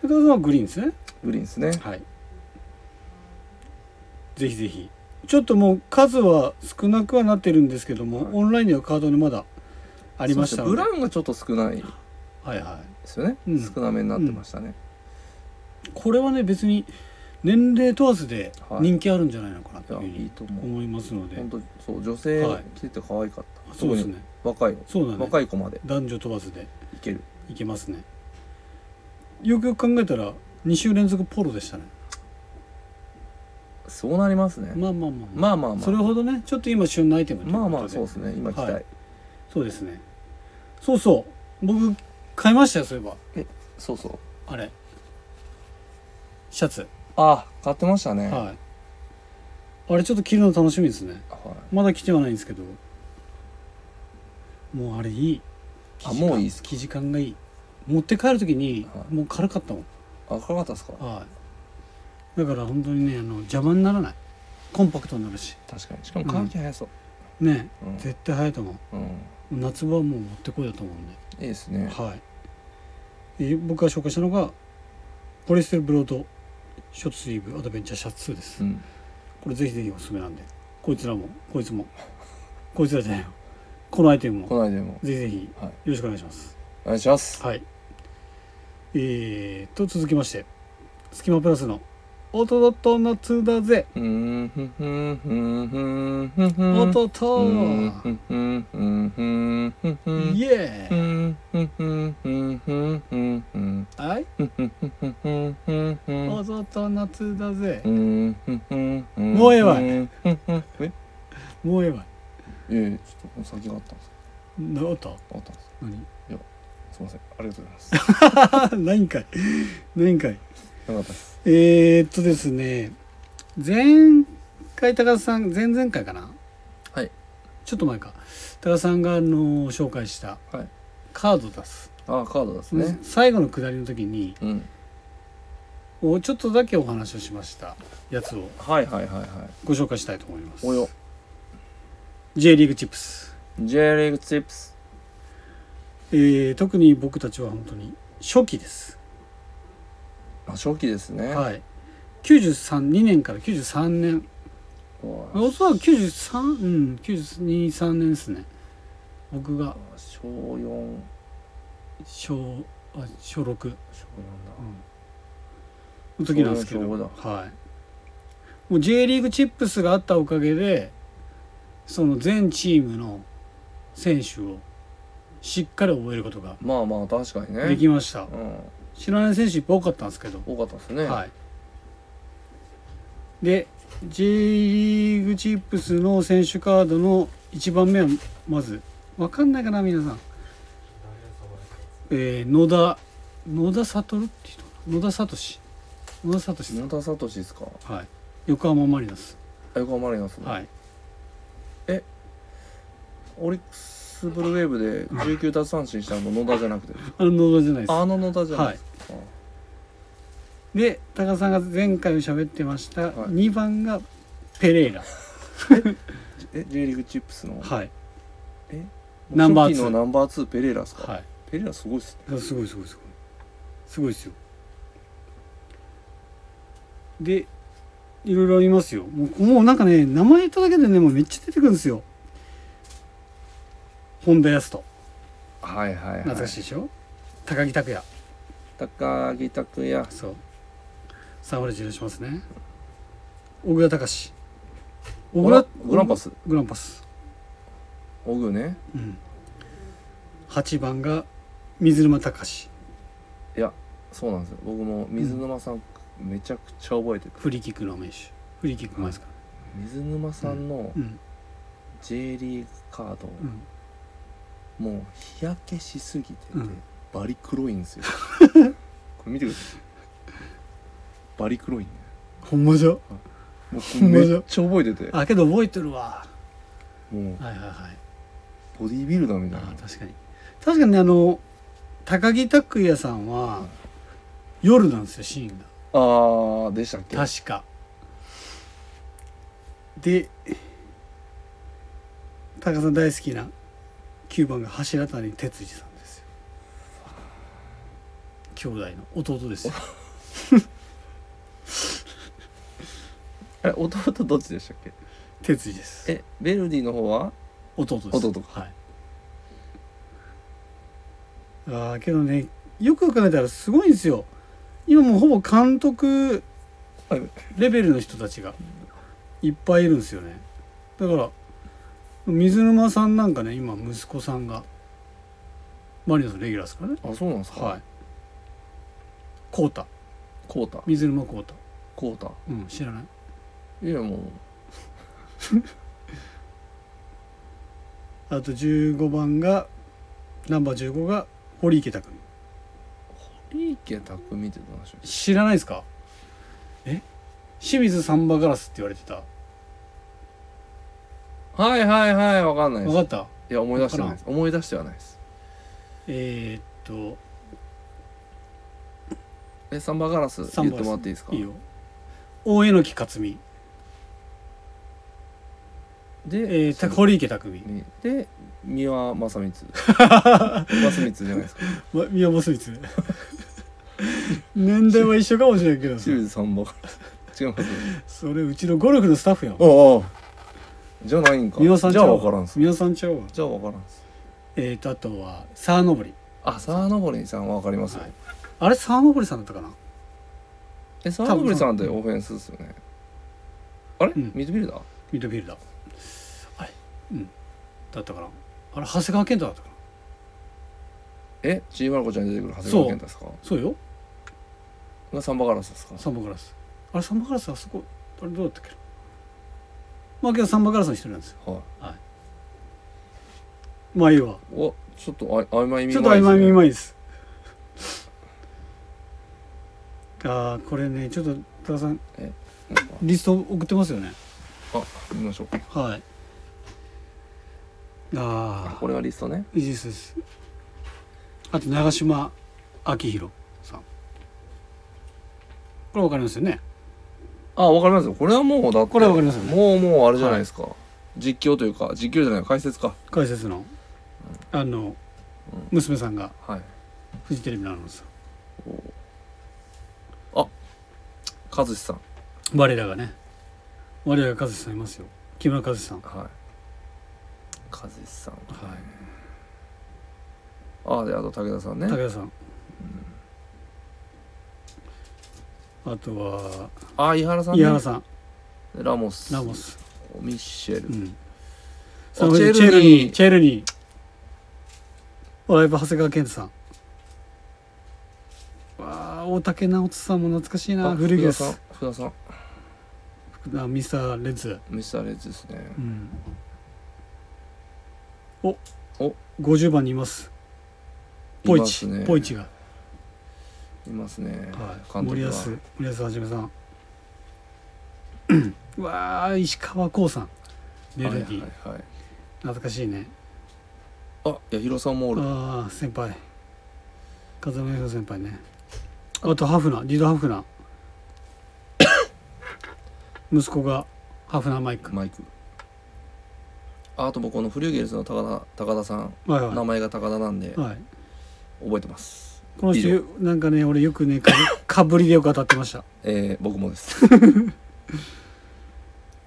A: それからグリーンですね
B: グリーンですね
A: はいぜひぜひちょっともう数は少なくはなってるんですけども、
B: はい
A: オンラインではカードにまだあ
B: あ
A: りましたの
B: ブ
A: で
B: ラウンがちょっと少ないで
A: はいは
B: すよね、
A: うん
B: 少なめになってましたね、
A: いこれはね別に年齢問わずで
B: はい
A: 人気あるんじゃないのかなというふう
B: いやいい
A: に
B: と思う
A: 思いますので、
B: 本当そう女性
A: はい
B: 着てて可愛かった、
A: そうですね
B: 特に若い、
A: そうだね
B: 若い子まで
A: 男女問わずで
B: いける
A: いけますねよくよく考えたら2週連続ポロでしたね
B: そうなりますね、
A: まあまあまあ、
B: まあまあまあ
A: それほどねちょっと今旬のアイテムということ
B: まあまあそうですね今着たい、
A: はいそうですねそうそう僕買いましたよそういえば
B: そうそう
A: あれシャツ、
B: あ買ってましたね、は
A: はいあれちょっと着るの楽しみですね
B: い
A: まだ着てはないんですけどもうあれいい
B: あもういいっす
A: 生地感がいい持って帰る時に
B: はい
A: もう軽かったもん
B: あ可愛かったですか
A: はいだから本当にねあの邪魔にならないコンパクトになるし
B: 確かにしかも乾き早そう、
A: ね
B: うん
A: 絶対早いと思う
B: うん
A: 夏場はもう持ってこいだと思うんで
B: いいですね
A: はいで僕が紹介したのがポリエステルブロードショートスリーブアドベンチャーシャツ2です
B: うん
A: これぜひぜひおすすめなんでこいつらもこいつもこいつらじゃないよこのアイテム
B: こ
A: も
B: の間も
A: ぜひぜひよ
B: はい
A: ろしくお願いします
B: お願いします
A: はいえー、と続きましてスキマプラスの「オトドット夏だぜ
B: うーんふんふんふんふんふんふん
A: オトト
B: うーんふんふんふんふんふんふん
A: イエ
B: う
A: ーイ
B: んふんふんふんふんふんふん
A: はい
B: ふんふんふん
A: オトドット夏だぜ
B: うんふんふんふん
A: もうええわ
B: うんふんふんえ
A: もうええわ
B: いやいやちょっとお先があったんです
A: なおった
B: あったんです
A: 何 (laughs)
B: すいませんありがとうございます
A: 何回何回
B: なかったです
A: えー、っとですね前回高田さん前々回かな
B: はい
A: ちょっと前か高田さんがあの紹介した
B: はい
A: カード出す、
B: あカードですね
A: 最後の下りの時に
B: うん
A: おちょっとだけお話をしましたやつを
B: はいはいはいはい
A: ご紹介したいと思います
B: およ
A: J リーグチップス、
B: J リーグチップス
A: えー特に僕たちは本当に初期です、
B: あ初期ですね
A: はい932年から93年
B: おい
A: おそらく93うん923年ですね僕が
B: 小四
A: 小あ小6
B: 小四だ
A: うんの時なんですけど、
B: そうだ
A: はい、もう J リーグチップスがあったおかげでその全チームの選手をしっかり覚えることが
B: まあまあ確かにね
A: できました、
B: うん、
A: 知らない選手いっぱい多かったんですけど、
B: 多かったですね、
A: はいで J リーグチップスの選手カードの1番目はまず分かんないかな皆さん、えー野田野田悟って人野田聡野田聡さん
B: 野田聡ですか
A: はい、横浜マリノス、
B: あ横浜マリノスの、
A: はい、
B: オリックスブルーウェーブで19奪三振したの野田じゃなくて
A: あの野田じゃないで
B: あの野田じゃなくて、
A: すで高田さんが前回も喋ってました、
B: はい
A: 二2番がペレイラ、
B: え J リーグチップスの
A: はいナ
B: ナ
A: ン
B: ン
A: バ
B: バ
A: ー
B: ー
A: ツー
B: のナンバーツーペレイラですか、
A: はい
B: ペレイラすごいっす
A: い
B: ね
A: やすごいすごいすごいすごいですよでいろいろありますよもうもうなんかね名前言っただけでねもうめっちゃ出てくるんですよ本田康人
B: はいはいはい
A: 懐かしいでしょ、高木拓也
B: 高木拓也
A: そう侍治療しますね小倉隆史小倉
B: グランパス
A: グランパス、
B: オグね
A: うん、8番が水沼隆
B: そうなんですよ僕も水沼さん、めちゃくちゃ覚えてる
A: フリーキックの名手フリーキック前ですか
B: 水沼さんの
A: ら、うん、
B: J リーグカード、
A: うん、
B: もう日焼けしすぎてて、
A: うん
B: バリ黒いんで
A: (laughs)
B: すよこれ見てくださいバリ黒いね
A: ほんまじゃ
B: もうこ
A: ほ
B: れ
A: んまだ
B: めっちゃ覚えてて
A: あけど覚えてるわ
B: もう
A: はいはいはい
B: ボディービルダーみたいな
A: あ確かに確かにねあの高木拓也さんは夜なんですよシーンが
B: あーでしたっけ
A: 確かで高田さん大好きな9番が柱谷哲司さんですよ兄弟の弟 (laughs) ですよ
B: え弟どっちでしたっけ
A: 哲司です
B: えベルディの方は
A: 弟です
B: 弟
A: はいあーけどねよく考えたらすごいんですよ今もうほぼ監督
B: はい
A: レベルの人たちがいっぱいいるんですよねだから水沼さんなんかね今息子さんがマリノスのレギュラーですからね
B: あそうなんですか
A: はい浩太
B: コータ
A: 水沼浩太
B: コータ
A: うん知らない
B: いやもう
A: あと15番がナンバー15が堀池匠
B: 堀池匠ってどうなんでしょう
A: 知らないですかえ清水サンバガラスって言われてた
B: はいはいはいわかんないで
A: 分
B: す
A: かった
B: いや思い出してないです思い出してはないです
A: えー、っと
B: えサンバガラス
A: サン
B: 言っ
A: バガラス
B: てもらっていいですか
A: いいよ大榎木克美、
B: で、
A: えー、た堀池匠
B: みで三輪正 (laughs) 光正光じゃない (laughs) ですか
A: ま宮本ス (laughs) ミツ年代は一緒かもしれんけどさ
B: 清水サンバガラス違います
A: それうちのゴルフのスタッフやん
B: ああじゃないんか
A: 宮本さん
B: じ
A: ち
B: ゃ
A: ゃ
B: あ
A: う
B: わからんっす
A: 宮本さんちゃうわ
B: じゃあわからんっす
A: えー、とあとは沢登り
B: あ沢登りさんはわかりますよ
A: はいあれ沢登りさんだったかな
B: え沢登りさんってオフェンスですよねあれ
A: うん
B: ミッドフィルダー
A: ミッドフィルダーあれうんだったかなあれ長谷川健太だったかな
B: えちーまる子ちゃんに出てくる長谷川健太ですか
A: そうよ
B: がサンバガラスですか
A: サンバガラスあれサンバガラスあそこあれどうだったっけなまあけどサンバガラスの一人なんですよ
B: はい
A: まあいいわ
B: おちょっとあ曖昧見
A: ちょっと曖昧見
B: ま
A: まいです。ああ、これね、ちょっと、多田さん、リスト送ってますよね。
B: あ見ましょう
A: はい。
B: あ
A: ああ、
B: これがリストね
A: いいですです。あと、長島昭弘さん。これわかりますよね。
B: あわかりますよこれはもうだって
A: これわかりますよね
B: もうもうあれじゃないですか、実況というか実況じゃない解説か
A: 解説の、あの、娘さんが
B: はい
A: フジテレビのアナウンサ
B: 和志さん
A: ー。我らがね、我らが和志さんいますよ。木村和志さん。
B: はい和志さんあであと武田さんね
A: 武田さん、あとは
B: あ井原さん、ね、
A: 井原さん
B: ラモス
A: ラモス、
B: ミッシェル
A: うん、
B: チ
A: さあチ
B: ェル
A: ェルニ
B: ニー
A: ーチェルニーライブ長谷川健太さんわあ大竹直人さんも懐かしいな
B: あ
A: 古い
B: 福
A: で
B: 田さん
A: す
B: 福田さん
A: あミサレッズ、
B: ミスターレッズですね
A: うん、お
B: お
A: 50番にいますポイチ、
B: いますね
A: ポイチが、
B: いますね、
A: はい、
B: 監督
A: 森保
B: は
A: 森保はじめさ
B: (clears throat)
A: んうわあ石川光さんメロディー、
B: はいはいはい
A: 懐かしいね
B: あ八尋さんもおる
A: ああ先輩風間洋先輩ねあとハフナリードハフ
B: (coughs)
A: ナ息子がハフナマイク
B: マイクああと僕このフリューゲルスの高田高田さん
A: はい
B: 名
A: は
B: 前が高田なんで
A: い、はい、
B: 覚えてます
A: この人
B: 以
A: なんかね俺よくねかぶ (coughs) かぶりでよく当たってました
B: えー、僕もです (laughs)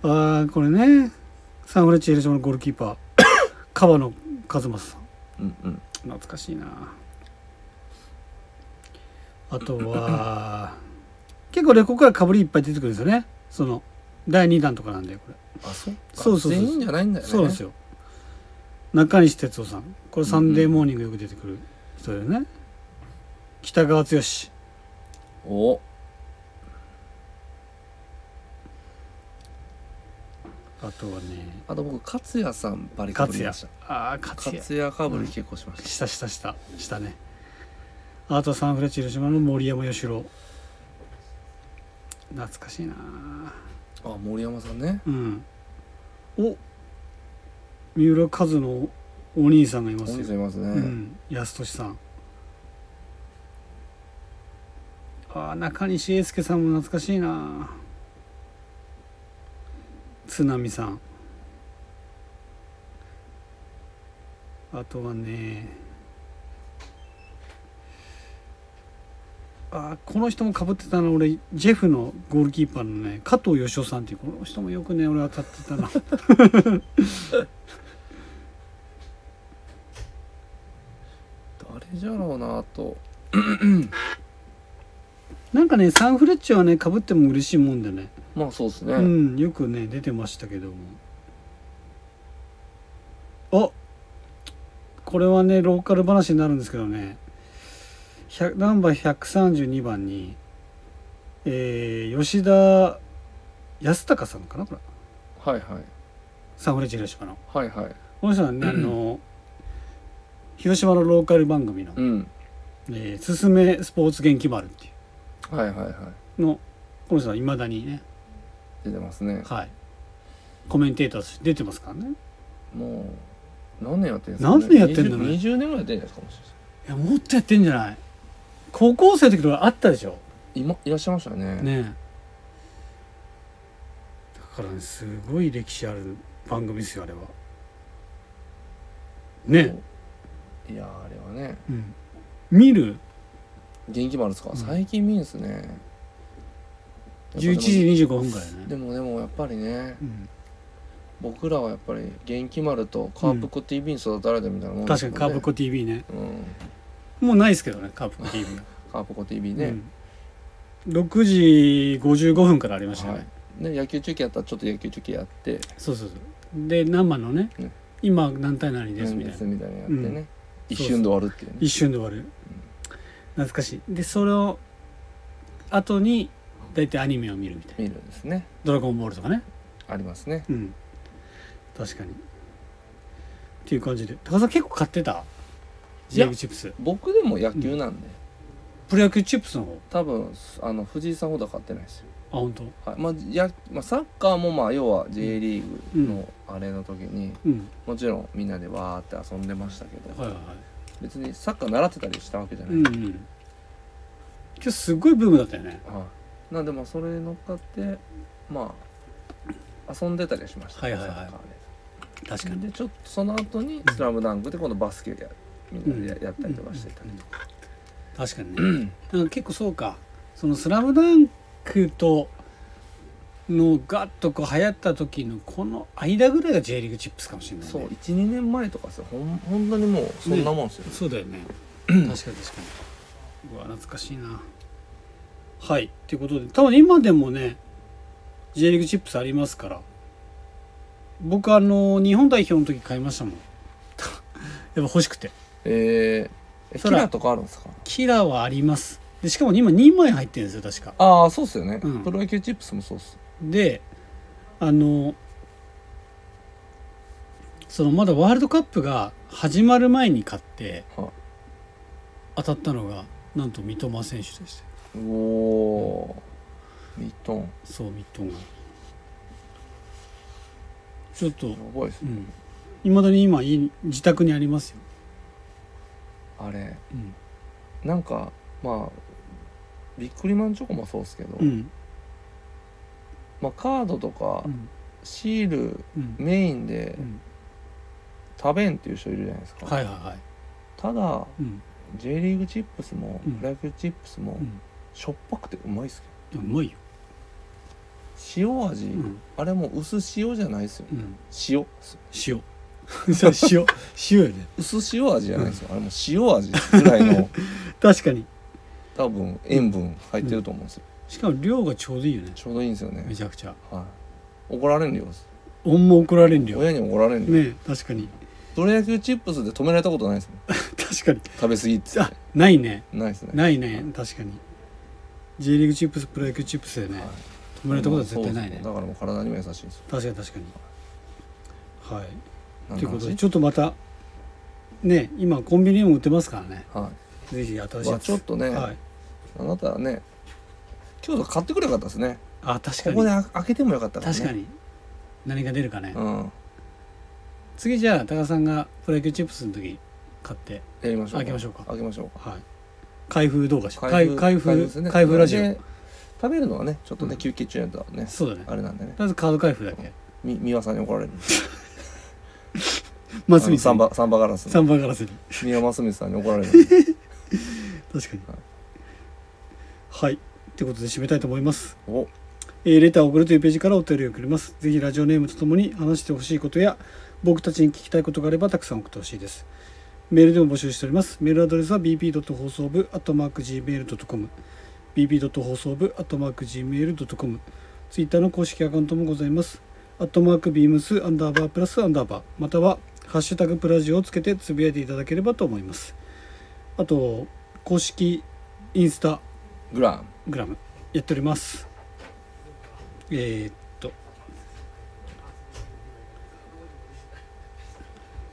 A: ああこれねサンフレッチェ広島のゴールキー (coughs) パー川野和正さん
B: うんうん
A: 懐かしいなあとは (coughs) 結構ねここからかぶりいっぱい出てくるんですよねその第2弾とかなんでこれ
B: あそっか
A: そうそうそう
B: 全員じゃないんだよね
A: そうなんですよ中西哲夫さんこれ「サンデーモーニング」よく出てくる人だよね、北川剛
B: お
A: あとはね
B: あと僕勝也さんバリかぶりました
A: ああ勝
B: 勝
A: 也
B: 也かぶり結構しまし
A: した
B: た、
A: したしたしたねあとサンフレッチェ広島の森山義郎懐かしいな
B: あ森山さんね
A: うんお三浦和のお兄さんがいま
B: お
A: す
B: 兄
A: よ
B: さんいますね、
A: うん、安俊さんあー中西英介さんも懐かしいな津波さんあとはねあーこの人もかぶってたな俺ジェフのゴールキーパーのね加藤義雄さんっていうこの人もよくね俺当たってたな
B: 誰じゃろうなあと
A: なんかねサンフレッチェはねかぶっても嬉しいもんでね
B: まあそうですね、
A: うん、よくね出てましたけどもあこれはねローカル話になるんですけどね100ナンバー132番に、えー吉田康隆さんかなこれ
B: はいはい
A: サンフレッチェ広島の
B: はいはい
A: この人
B: (clears throat)
A: はねあの広島のローカル番組の
B: うん
A: 「えーすすめスポーツ元気丸」ってい
B: はいはいはいう
A: のこの人はいまだにね
B: 出てますね
A: はいコメンテーターとして出てますからね
B: もう何年やってんす
A: 何年やってんだろうね
B: 20, 20年ぐらいやってんじゃないですかもしかして
A: いやもっとやってんじゃない高校生の時とかあったでしょ
B: 今いらっしゃいましたね
A: ねえだからねすごい歴史ある番組ですよあれはね
B: いやーあれはね
A: え、うん、見る
B: 元気もあるんですか、
A: うん
B: 最近見んすね
A: 11時25分からいね
B: でもでもやっぱりね
A: うん、
B: 僕らはやっぱり元気丸とカープコ TV に育たれたみたいなもんで
A: 確
B: す
A: か
B: もん
A: にカ
B: ね
A: ープコ TV ね
B: うん
A: もうないですけどねカープコ TV ね、
B: カープコ TV
A: う
B: ね、
A: ん、6時55分からありましたね、
B: はい、で野球中継やったらちょっと野球中継やって
A: そうそうそうで生のね、
B: うん
A: 今何対何ですみたいな
B: みたいなのやってね、
A: うん
B: 一瞬で終わるっていうね
A: 一瞬で終わる懐かしいでそれを後に大体アニメを見るみたいな
B: 見るんですね
A: 「ドラゴンボール」とかね
B: ありますね
A: うん確かにっていう感じで高田さん結構買ってた
B: い
A: J
B: や
A: リーグチップス
B: 僕でも野球なんで、
A: プロ野球チップスの方
B: 多分あの藤井さんほどは買ってないですよ、
A: あ本当
B: はいまあやまあ、サッカーもまあ要は J リーグのあれの時に、
A: うん
B: もちろんみんなでわーって遊んでましたけど、
A: はいはいはい
B: 別にサッカー習ってたりしたわけじゃな
A: う
B: い、
A: んうん今日すごいブームだったよね
B: はい、なんでまあそれに乗っかってまあ遊んでたりはしました、
A: はいはいはい
B: サッカーで
A: 確
B: でちょっとその後に「スラムダンクで今度バスケやみんなでややったりとかしてたりとか、
A: 確かにねなんか結構そうかその「スラムダンクとのガッとこう流行った時のこの間ぐらいが J リーグチップスかもしれない、ね、
B: そう12年前とかさほん本当にもうそんなもんですよ、
A: そうだよね確かに確かにうわ懐かしいなはいということで多分今でもね J リーグチップスありますから僕あの日本代表の時買いましたもん (laughs) やっぱ欲しくて
B: えー、えキ
A: そら
B: ラーとかあるんですか
A: キラーはありますでしかも今2枚入ってるんですよ確か
B: ああそうっすよね、
A: うん
B: プロ野球チップスもそうっす
A: であのそのまだワールドカップが始まる前に買って
B: はい
A: 当たったのがなんと三笘選手でした
B: おおーミトンや
A: そう三笘ちょっと
B: ばいっす
A: う
B: ね、
A: んいまだに今家に自宅にありますよ、
B: あれ
A: うん
B: なんかまあビックリマンチョコもそうっすけど、
A: うん
B: まあ、カードとか
A: うん
B: シール
A: うん
B: メインで
A: うん
B: 食べんっていう人いるじゃないですか、
A: はいはいはい
B: ただ
A: うん
B: J リーグチップスも
A: うん
B: プロ野球チップスも
A: うん
B: しょっぱくてうまいっす
A: うまいよ
B: けど塩味、
A: うん
B: あれもう薄塩じゃないっすよ
A: う
B: ね
A: ん
B: 塩っす
A: 塩 (laughs) そう塩塩よね
B: 薄塩味じゃないですよ、あれも塩味ぐらいの
A: 確かに
B: 多分塩分入ってると思うんですよ、
A: しかも量がちょうどいいよね
B: ちょうどいいんですよね
A: めちゃくちゃ
B: はい怒られん量です
A: ほんま怒られん量ね
B: 親に怒られん量、
A: え確かに (laughs)
B: プロ野球チップスで止められたことないですもん
A: 確かに
B: 食べ過ぎっつっ
A: あ
B: て
A: ないね
B: ないですね
A: ないね確かに J リーグチップスプロ野球チップスでね
B: はい
A: 止められたことは絶対ない
B: そう
A: ね
B: ですだからもう体にも優しいんですよ
A: 確かに確かにはい
B: 何
A: とい
B: の
A: うこと
B: 話
A: でちょっとまたね今コンビニにも売ってますからね
B: は
A: ぜひ新し
B: い、
A: い
B: ま
A: や
B: あ、
A: つ
B: ちょっとね、
A: はい
B: あなたはね今日買ってくればよかったですね
A: あ確か
B: こ
A: に
B: こであ開けてもよかったから、ね、
A: 確かに何が出るかね
B: うん
A: 次じゃあ高田さんがプロ野球チップスの時買って
B: やりましょう
A: 開けましょうか
B: 開けましょうか
A: はい開封動画し開
B: 開
A: 封
B: 封
A: 開
B: 開封
A: 封
B: ですね
A: 開封ラジオ
B: で食べるのはねちょっとね、
A: うん
B: 休憩中やったらね
A: そうだね
B: あれなんでね
A: とりあえずカード開封だけ
B: み美輪さんに怒られる
A: 松見
B: サ
A: さ
B: ン
A: ん
B: バサンバガラス
A: 三番ガラスに
B: 三輪正光さんに怒ら
A: (laughs)
B: れる
A: 確かに
B: はい
A: はいってことで締めたいと思います
B: お
A: えーレターを送るというページからお便りを送りますぜひラジオネームとともに話してほしいことや僕たちに聞きたいことがあればたくさん送ってほしいですメールでも募集しておりますメールアドレスは bp. 放送部 atmarkgmail.com bp. 放送部 atmarkgmail.com ツイッターの公式アカウントもございますアットマークビームスアンダーバープラスアンダーバーまたはハッシュタグプラジオをつけてつぶやいていただければと思いますあと公式インスタ
B: グラン
A: グラムやっておりますえーっと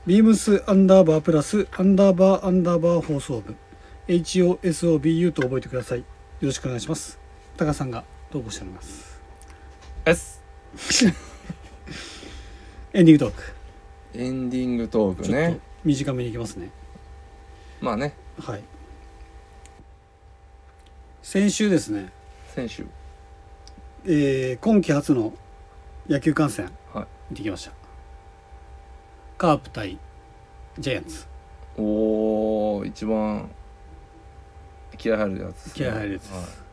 A: ビームスアンダーバープラスアンダーバーアンダーバー放送部 HOSOBU と覚えてくださいよろしくお願いしますタカさんが投稿しております
B: S
A: エンディングトーク
B: エンディングトーク
A: ちょっ
B: ね
A: と短めにいきますね
B: まあね
A: はい先週ですね、
B: 選手
A: えー今季初の野球観戦
B: はい
A: 見てきましたカープ対ジャイアンツ
B: おお一番気合入るやつですね
A: 気合入るやつです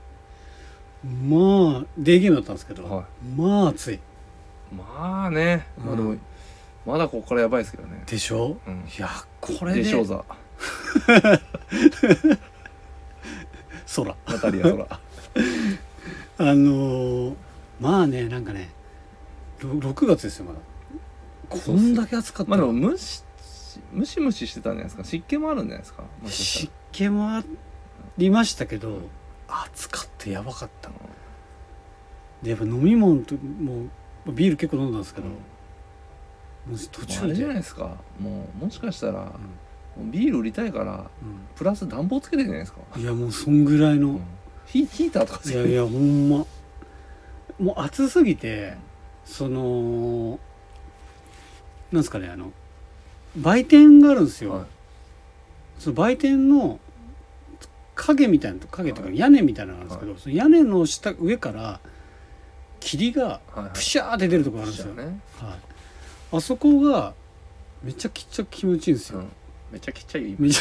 A: まあデーゲームだったんですけど、
B: はい
A: まあ暑い
B: まあね、まあで
A: う
B: もまだここからやばいですけどね
A: でしょ、
B: うん
A: いやこれで
B: でしょうざ
A: 空
B: ナタリア
A: (laughs)
B: そら
A: あのーまあねなんかねろ6月ですよまだこんだけ暑かった
B: まあ
A: ら
B: でもムシムシムシしてたんじゃないですか湿気もあるんじゃないですかもし
A: 湿
B: か
A: 気もありましたけど暑かったやばかった
B: したら
A: でやっぱ飲み物ともうビール結構飲んだんですけど、
B: うん
A: もう途
B: もうあ
A: 中
B: れ
A: で、
B: じゃ
A: う
B: ない
A: ん
B: ですかもうもしかしたら、もうビール売りたいから
A: う
B: プラス暖房つけてんじゃないですか、
A: んいやもうそんぐらいの、
B: うんヒヒーターとかつ
A: い
B: け
A: や
B: て
A: いやほんまもう暑すぎてそのなんですかねあの売店があるんですよ、
B: はい
A: その売店の影みたいなと影とか屋根みたいなのなんですけど、その屋根の下上から霧が
B: はいはい
A: プシャーって出るところあるんですよ、
B: そうね、
A: はい、あそこがめちゃくちゃ気持ちいいんです
B: う
A: よ、
B: ん、めっちゃきっちゃいい
A: めちゃ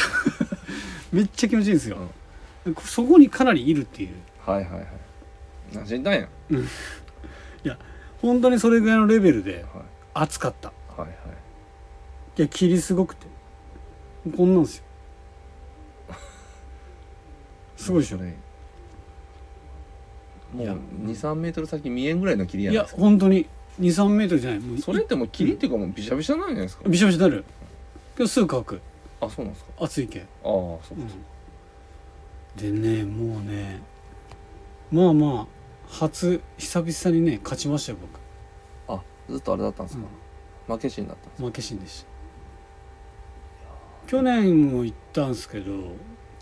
A: (laughs) めっちゃ気持ちいいんですよ、そこにかなりいるっていう
B: はいはいはい馴染んだんやん、は
A: 本当にそれぐらいのレベルで
B: い、
A: 暑かった
B: はいはい
A: いや霧すごくてこんなんですよすごいでしょ
B: ねも
A: いうや
B: 23メートル先見えんぐらいの霧や
A: い
B: な
A: や
B: いですか
A: 本当に23メートルじゃないもう
B: それってもう霧っていうかもうビシャビシャなんじゃないですか
A: びしょびしょになるけどすぐ乾く
B: あそうなんですか
A: 暑いけ
B: ああそううか
A: んでねもうねまあまあ初久々にね勝ちましたよ
B: あずっとあれだったんですか、負けシーンだったんです
A: 僕負け心でした去年も行ったんすけど、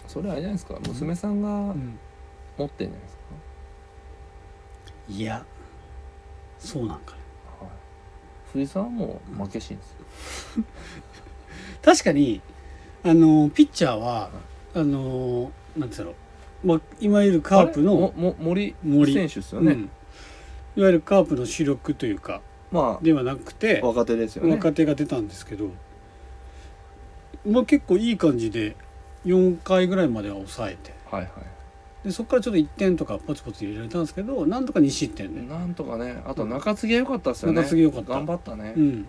B: それあれじゃないですか娘さんが
A: うん
B: 持ってんじゃないですか、
A: いやそうなんかね
B: はい、藤井さんはもう負けシーンですよ、
A: 確かにあのピッチャーはあのなんつうの、まあ、今いるカープ
B: あれ
A: の
B: も、も森
A: 森
B: 選手ですよ
A: う
B: ね、
A: ん、いわゆるカープの主力というか
B: ま
A: ではなくて
B: あ若手ですよね
A: 若手が出たんですけど、まあ、結構いい感じで4回ぐらいまでは抑えて
B: はいは
A: でそこからちょっと1点とかポツポツ入れられたんですけどなんとか2失点
B: い
A: で、
B: なんとかねあと中継ぎが良かったですよね
A: 中継ぎ良かった
B: 頑張ったね、
A: うん、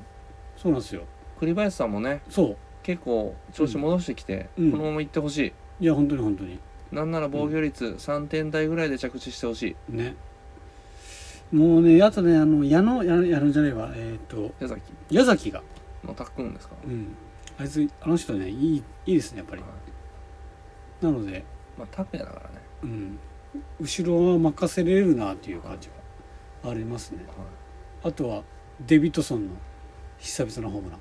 A: そうなんですよ
B: 栗林さんもね
A: そう
B: 結構調子戻してきて、
A: うん
B: このまま行ってほしい
A: いや本当に本当に
B: なんなら防御率3点台ぐらいで着地してほしい
A: ねもうねあとねあの矢野矢野矢野じゃないわえっ、と
B: 矢崎
A: 矢崎が、
B: のたっくんですか、
A: うん、あいつあの人ねいいいいですねやっぱり
B: はい
A: なので
B: まあ拓也だからね、
A: うん、後ろは任せれるなっていう感じはありますね
B: は
A: あ
B: い
A: とはデビッドソンの久々のホームラン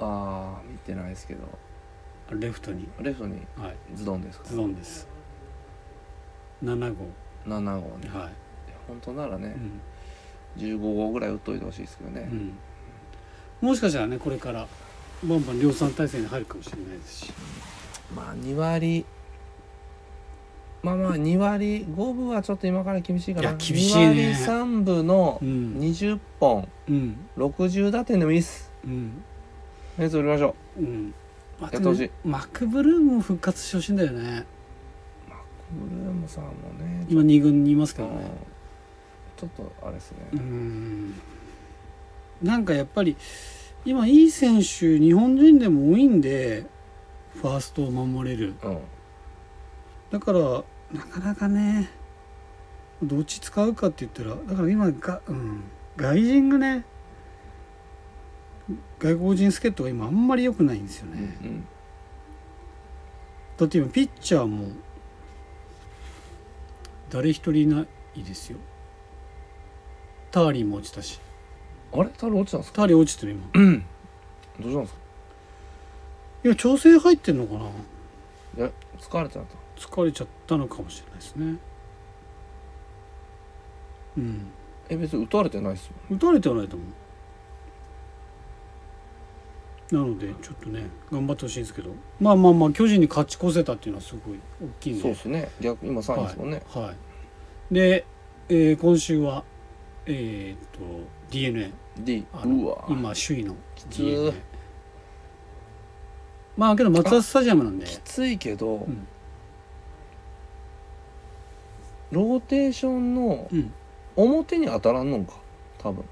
B: ああ見てないですけど
A: レフトに、
B: レフトに
A: はい、
B: ズドンですか
A: ズドンです7号
B: 7号ね
A: はい、
B: 本当ならね
A: う、ん
B: 15号ぐらい打っといてほしいですけど
A: う
B: ね、
A: ん、もしかしたらねこれからバンバン量産体制に入るかもしれないですし
B: まあ2割まあまあ2割5分はちょっと今から厳しいかない
A: や厳しいね
B: 2割3分の
A: うん
B: 20本
A: うん
B: 60打点でもいいっす
A: うん
B: 目つぶりましょ
A: うんマ
B: やってほしい
A: マクブルーム復活してほしいんだよね
B: うマクブルームさんもね
A: 今2軍にいますけど
B: うん
A: ね
B: ちょっとあれですね、
A: うんなんかやっぱり今いい選手日本人でも多いんでファーストを守れる
B: うん
A: だからなかなかねどっち使うかって言ったらだから今が、うん、外人がね外国人助っ人が今あんまり良くないんですよ
B: うん
A: ね、だって今ピッチャーも誰一人いないですよターリーも落ちたし
B: うんあれタル落ちたんですか
A: ターリー落ちてる今
B: どうしたんですか
A: いや調整入ってんのかない
B: や疲れちゃった
A: 疲れちゃったのかもしれないですねうん
B: え別に打たれてないっすよ
A: 打たれてはないと思うなのでちょっとね頑張ってほしいんですけどまあまあまあ巨人に勝ち越せたっていうのはすごい大きいんで
B: そうですね逆今3位ですもんね、
A: はい、はい、で、えー今週はえーっと d n a
B: D
A: あの
B: うわ
A: 今首位の
B: つ
A: d n a まあけど松田スタジアムなんで
B: きついけど、
A: ん
B: ローテーションの
A: うん
B: 表に当たらんのんか多分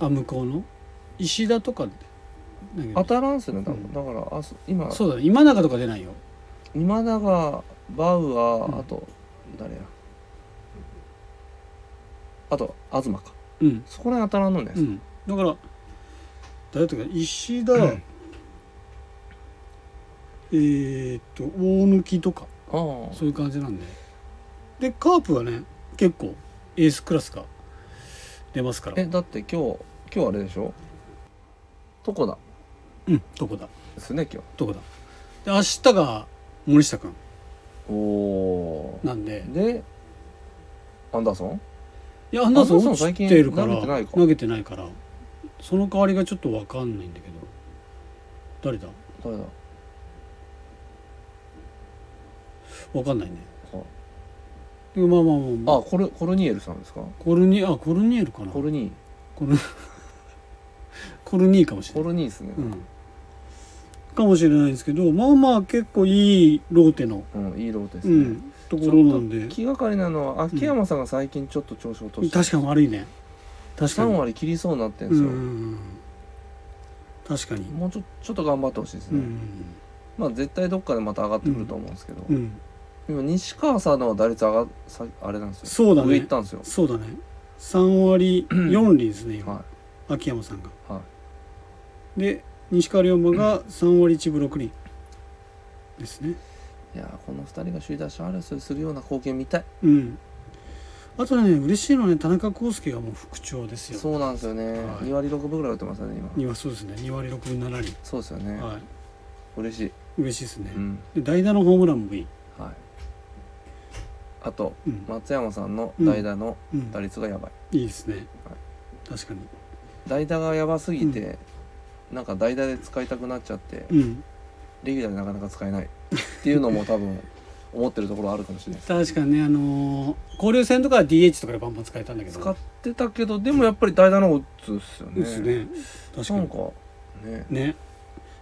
A: あ向こうの石田とかだけど
B: 当たらんっすね多分、
A: うん
B: だからあそ今
A: そうだね今永とか出ないよ
B: 今永バウアー、
A: うん
B: あと誰やあと東か
A: うん
B: そこら辺当たらんのんじゃな
A: う
B: いです
A: んだから誰だったか石田、
B: うん
A: えーっと大貫とか
B: か、ああ
A: そういう感じなんででカープはね結構エースクラスが出ますから
B: えだって今日今日あれでしょどこだ
A: うんどこだ
B: ですね今
A: どこだで明日が森下君
B: 日おー
A: なんで
B: でアンダーソン
A: いやアンダーソン
B: アンダー
A: 落
B: ソン
A: ちてるから
B: 最近投げてないか
A: 投げてないからその代わりがちょっと分かんないんだけど誰だ
B: 誰だ
A: 分かんないね
B: あ
A: でまあまあまあ、まあ
B: あコルコルニエルさんですか
A: コルニあコルニエルかな
B: コルニー
A: コルコルニーかもしれ
B: コ
A: ない、
B: ルニーですね
A: うん、かもしれないんですけどまあまあ結構いいローテの、
B: うん、いいローテです
A: う
B: ね、
A: ん、ところなんで
B: 気がかりなのは秋山さんが最近ちょっと調子を落として、
A: 確かに悪いね確か
B: 3
A: に
B: 割切りそうになってるん
A: う
B: で
A: ん
B: す
A: う
B: よ、
A: んうん確かに、
B: もうちょちょっと頑張ってほしいです
A: う
B: ね、
A: ん
B: まあ絶対どっかでまた上がってくると思うんですけど、
A: うん
B: 今西川さんの打率上がさあれなんですよ
A: そうだね
B: 上行ったんですよ
A: そうだね3割4厘ですね今、
B: は
A: 秋山さんが
B: いは
A: で西川龍馬が3割1分6厘ですね
B: いいやーこの二人が首位打者争いするような光景見たい
A: うんあとね嬉しいのはね田中康介がもう復調ですよ
B: そうなんですよね、
A: はい
B: 二割六分ぐらい打ってますよね今
A: にはそうですね2割6分7厘、
B: そうですよね、
A: は
B: 嬉しい、
A: い、嬉しいですね、
B: うん
A: で代打のホームランもいい、
B: はいあと
A: うん
B: 松山さんの代打の
A: うん
B: 打率がやばい、
A: いいですね
B: は
A: 確かに
B: 代打がやばすぎて、なんか代打で使いたくなっちゃって、
A: うん
B: レギュラーでなかなか使えないっていうのも多分思ってるところあるかもしれないで
A: 確
B: す
A: かにねあのー交流戦とかは DH とかでバンバン使えたんだけど
B: 使ってたけどでもやっぱり代打の方が打つっすよね
A: ですね確か
B: なん
A: に
B: かね
A: ね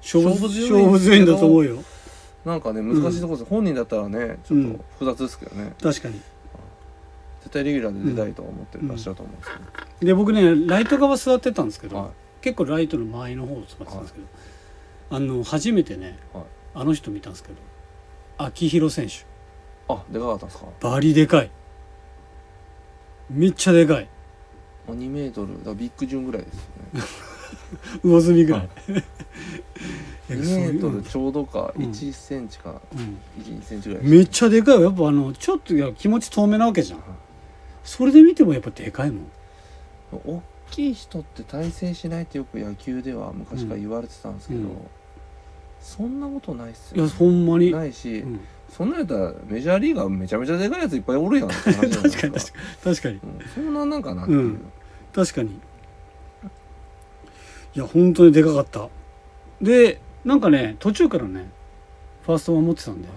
A: 勝負
B: 勝負強い
A: 勝負強いんだと思うよ
B: なんかね難しいところです、本人だったらねちょっと複雑ですけどね、
A: 確かに
B: 絶対レギュラーで出たいとは思ってるらっしゃると思うんですけど、
A: で僕ねライト側座ってたんですけど、
B: はい
A: 結構ライトの前の方を座ってたんですけど、あの初めてね、
B: はい
A: あの人見たんですけど秋広選手
B: あでかかったんですか
A: バリでかいめっちゃでかい
B: 2メートルだからビッグジュンぐらいですよね
A: 魚住 (laughs) ぐらいいや
B: 2
A: そう
B: メ
A: い
B: ートル
A: う
B: ちょうどか
A: うん
B: 1センチか
A: うん
B: 1センチぐらいです
A: めっちゃでかいよやっぱあのちょっといや気持ち遠めなわけじゃん
B: はい
A: それで見てもやっぱでかいもん
B: 大きい人って体制しないってよく野球では昔から言われてたんですけど、
A: うんうん
B: そんなことないっす
A: いや
B: よ、
A: ほんまに、
B: ないし、
A: うん
B: そんなんやったらメジャーリーガーめちゃめちゃでかいやついっぱいおるやんって話じゃないです
A: (laughs) 確かに確かに確かに
B: うんそんななんかなっていう、
A: うん確かにいや本当にでかかったでなんかね途中からねファーストは持ってたんで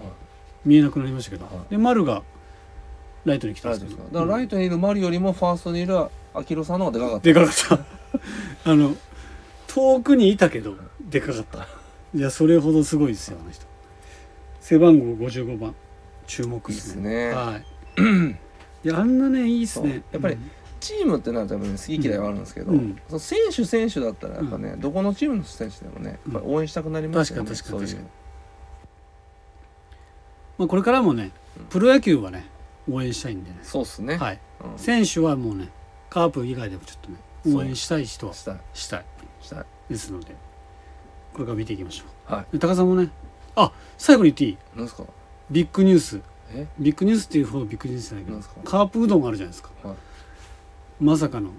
A: 見えなくなりましたけど、
B: はい
A: で丸がライトに来たん
B: ラ
A: で
B: イ
A: す
B: ト
A: け
B: です
A: ど
B: かだからライトにいる丸よりもファーストにいるアキロさんの方がでかか
A: う
B: っ
A: ん
B: た
A: でかかったあの遠くにいたけどでかかったいやそれほどすごいですよあの人背番号55番注目ですね
B: いいっすね
A: はいい (clears throat) やあんなねいいっすね
B: そうやっぱりチームってなると多分ね好き嫌いはあるんですけど、
A: うん
B: その選手選手だったらやっぱね、どこのチームの選手でもねやっぱ応援したくなりますよね、
A: 確かに確かに
B: そういう
A: まあ、これからもね
B: うん
A: プロ野球はね応援したいんでね、
B: そうっすね、
A: はい、
B: うん
A: 選手はもうねカープ以外でもちょっとね応援したい人は
B: したい
A: したい
B: したい
A: ですのでこれから見ていきましょ
B: は
A: うで高さんもねあ最後に言っていい
B: いなんすか
A: ビッグニュース
B: え
A: ビッグニュースっていうほどビッグニュースじゃないけど
B: なんすか (laughs)
A: カープうどんあるじゃないですか
B: はい
A: まさかの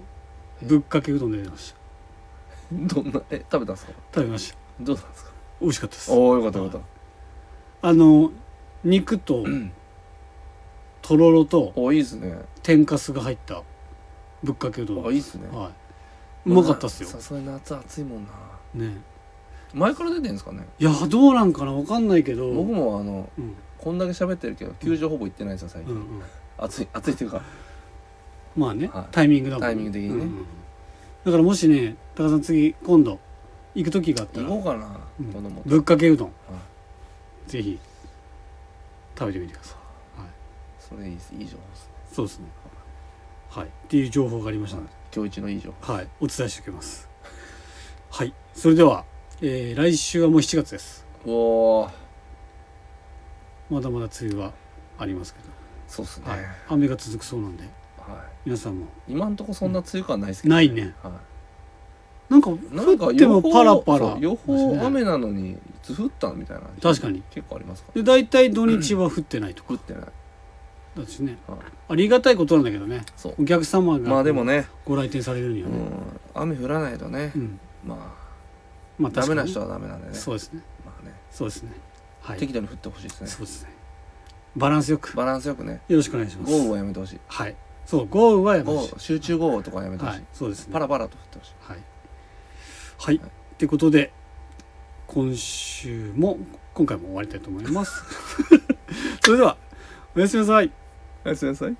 B: え
A: ぶっかけうどんで出てました
B: どんなえ食べたんですか
A: 食べました
B: どうなんですか
A: 美味しかったです
B: おおよかったよかっ
A: あの肉
B: (clears throat)
A: と
B: た、うん、
A: とろろと
B: おいいですね
A: 天かすが入ったぶっかけうどん
B: あいいっすね
A: はいうまかったっすよ
B: さすがに夏暑いもんな
A: ね
B: 前から出てんですかね
A: いやどうなんかなわかんないけど
B: 僕もあの
A: うん
B: こんだけ喋ってるけど球場ほぼ行ってないんですよ最
A: うんう
B: 近、
A: ん
B: 暑い暑いっていうか
A: まあね、
B: はい
A: タイミングだもん
B: タイミング的にね
A: うんだからもしね高田さん次今度行く時があった
B: 行
A: ら、
B: こうかな、
A: うん
B: 子供と
A: ぶっかけうどん
B: はい
A: ぜひ食べてみてください
B: それいいですいい情報ですね
A: そうですねはいっていう情報がありましたので、
B: 今日一のいい情報
A: はいお伝えしておきますはいそれでは、えー来週はもう7月です
B: おお
A: まだまだ梅雨はありますけ
B: そうっすね
A: ど、
B: は
A: はいい、、雨が続くそうなんで皆さんも
B: 今んとこそんな梅雨感ないですけど、
A: ないね
B: は
A: なんか
B: い、なん
A: 降
B: か
A: って
B: 予
A: も
B: 報
A: パラパ
B: そ
A: ラ
B: う予
A: です
B: 報
A: ね
B: 雨なのにいつ降ったみたいな
A: 確かに
B: 結構ありますか
A: で大体土日は降ってないとか
B: 降ってない
A: だしね、
B: はい
A: ありがたいことなんだけどね
B: そう
A: お客様が
B: まあでもね、
A: ご来店されるに
B: う
A: はね、
B: ん、雨降らないとね、
A: うん
B: ま
A: まあ
B: あダ
A: 確
B: メ
A: かに
B: な人はダメなんでね
A: そうですね
B: まあね
A: そうですねはい、
B: 適度に降ってほしいですね
A: そうですねバランスよくよ
B: バランスよくね
A: ろしくお願いします
B: 豪雨はやめてほしい
A: はいそう豪雨はやめ
B: 豪
A: まし
B: 雨集中豪雨とかはやめてほし、
A: はいいそうですね
B: パラパラと降ってほしい
A: はいはいってことで今週も (laughs) 今回も終わりたいと思いますそれではおやすみなさい
B: おやすみなさい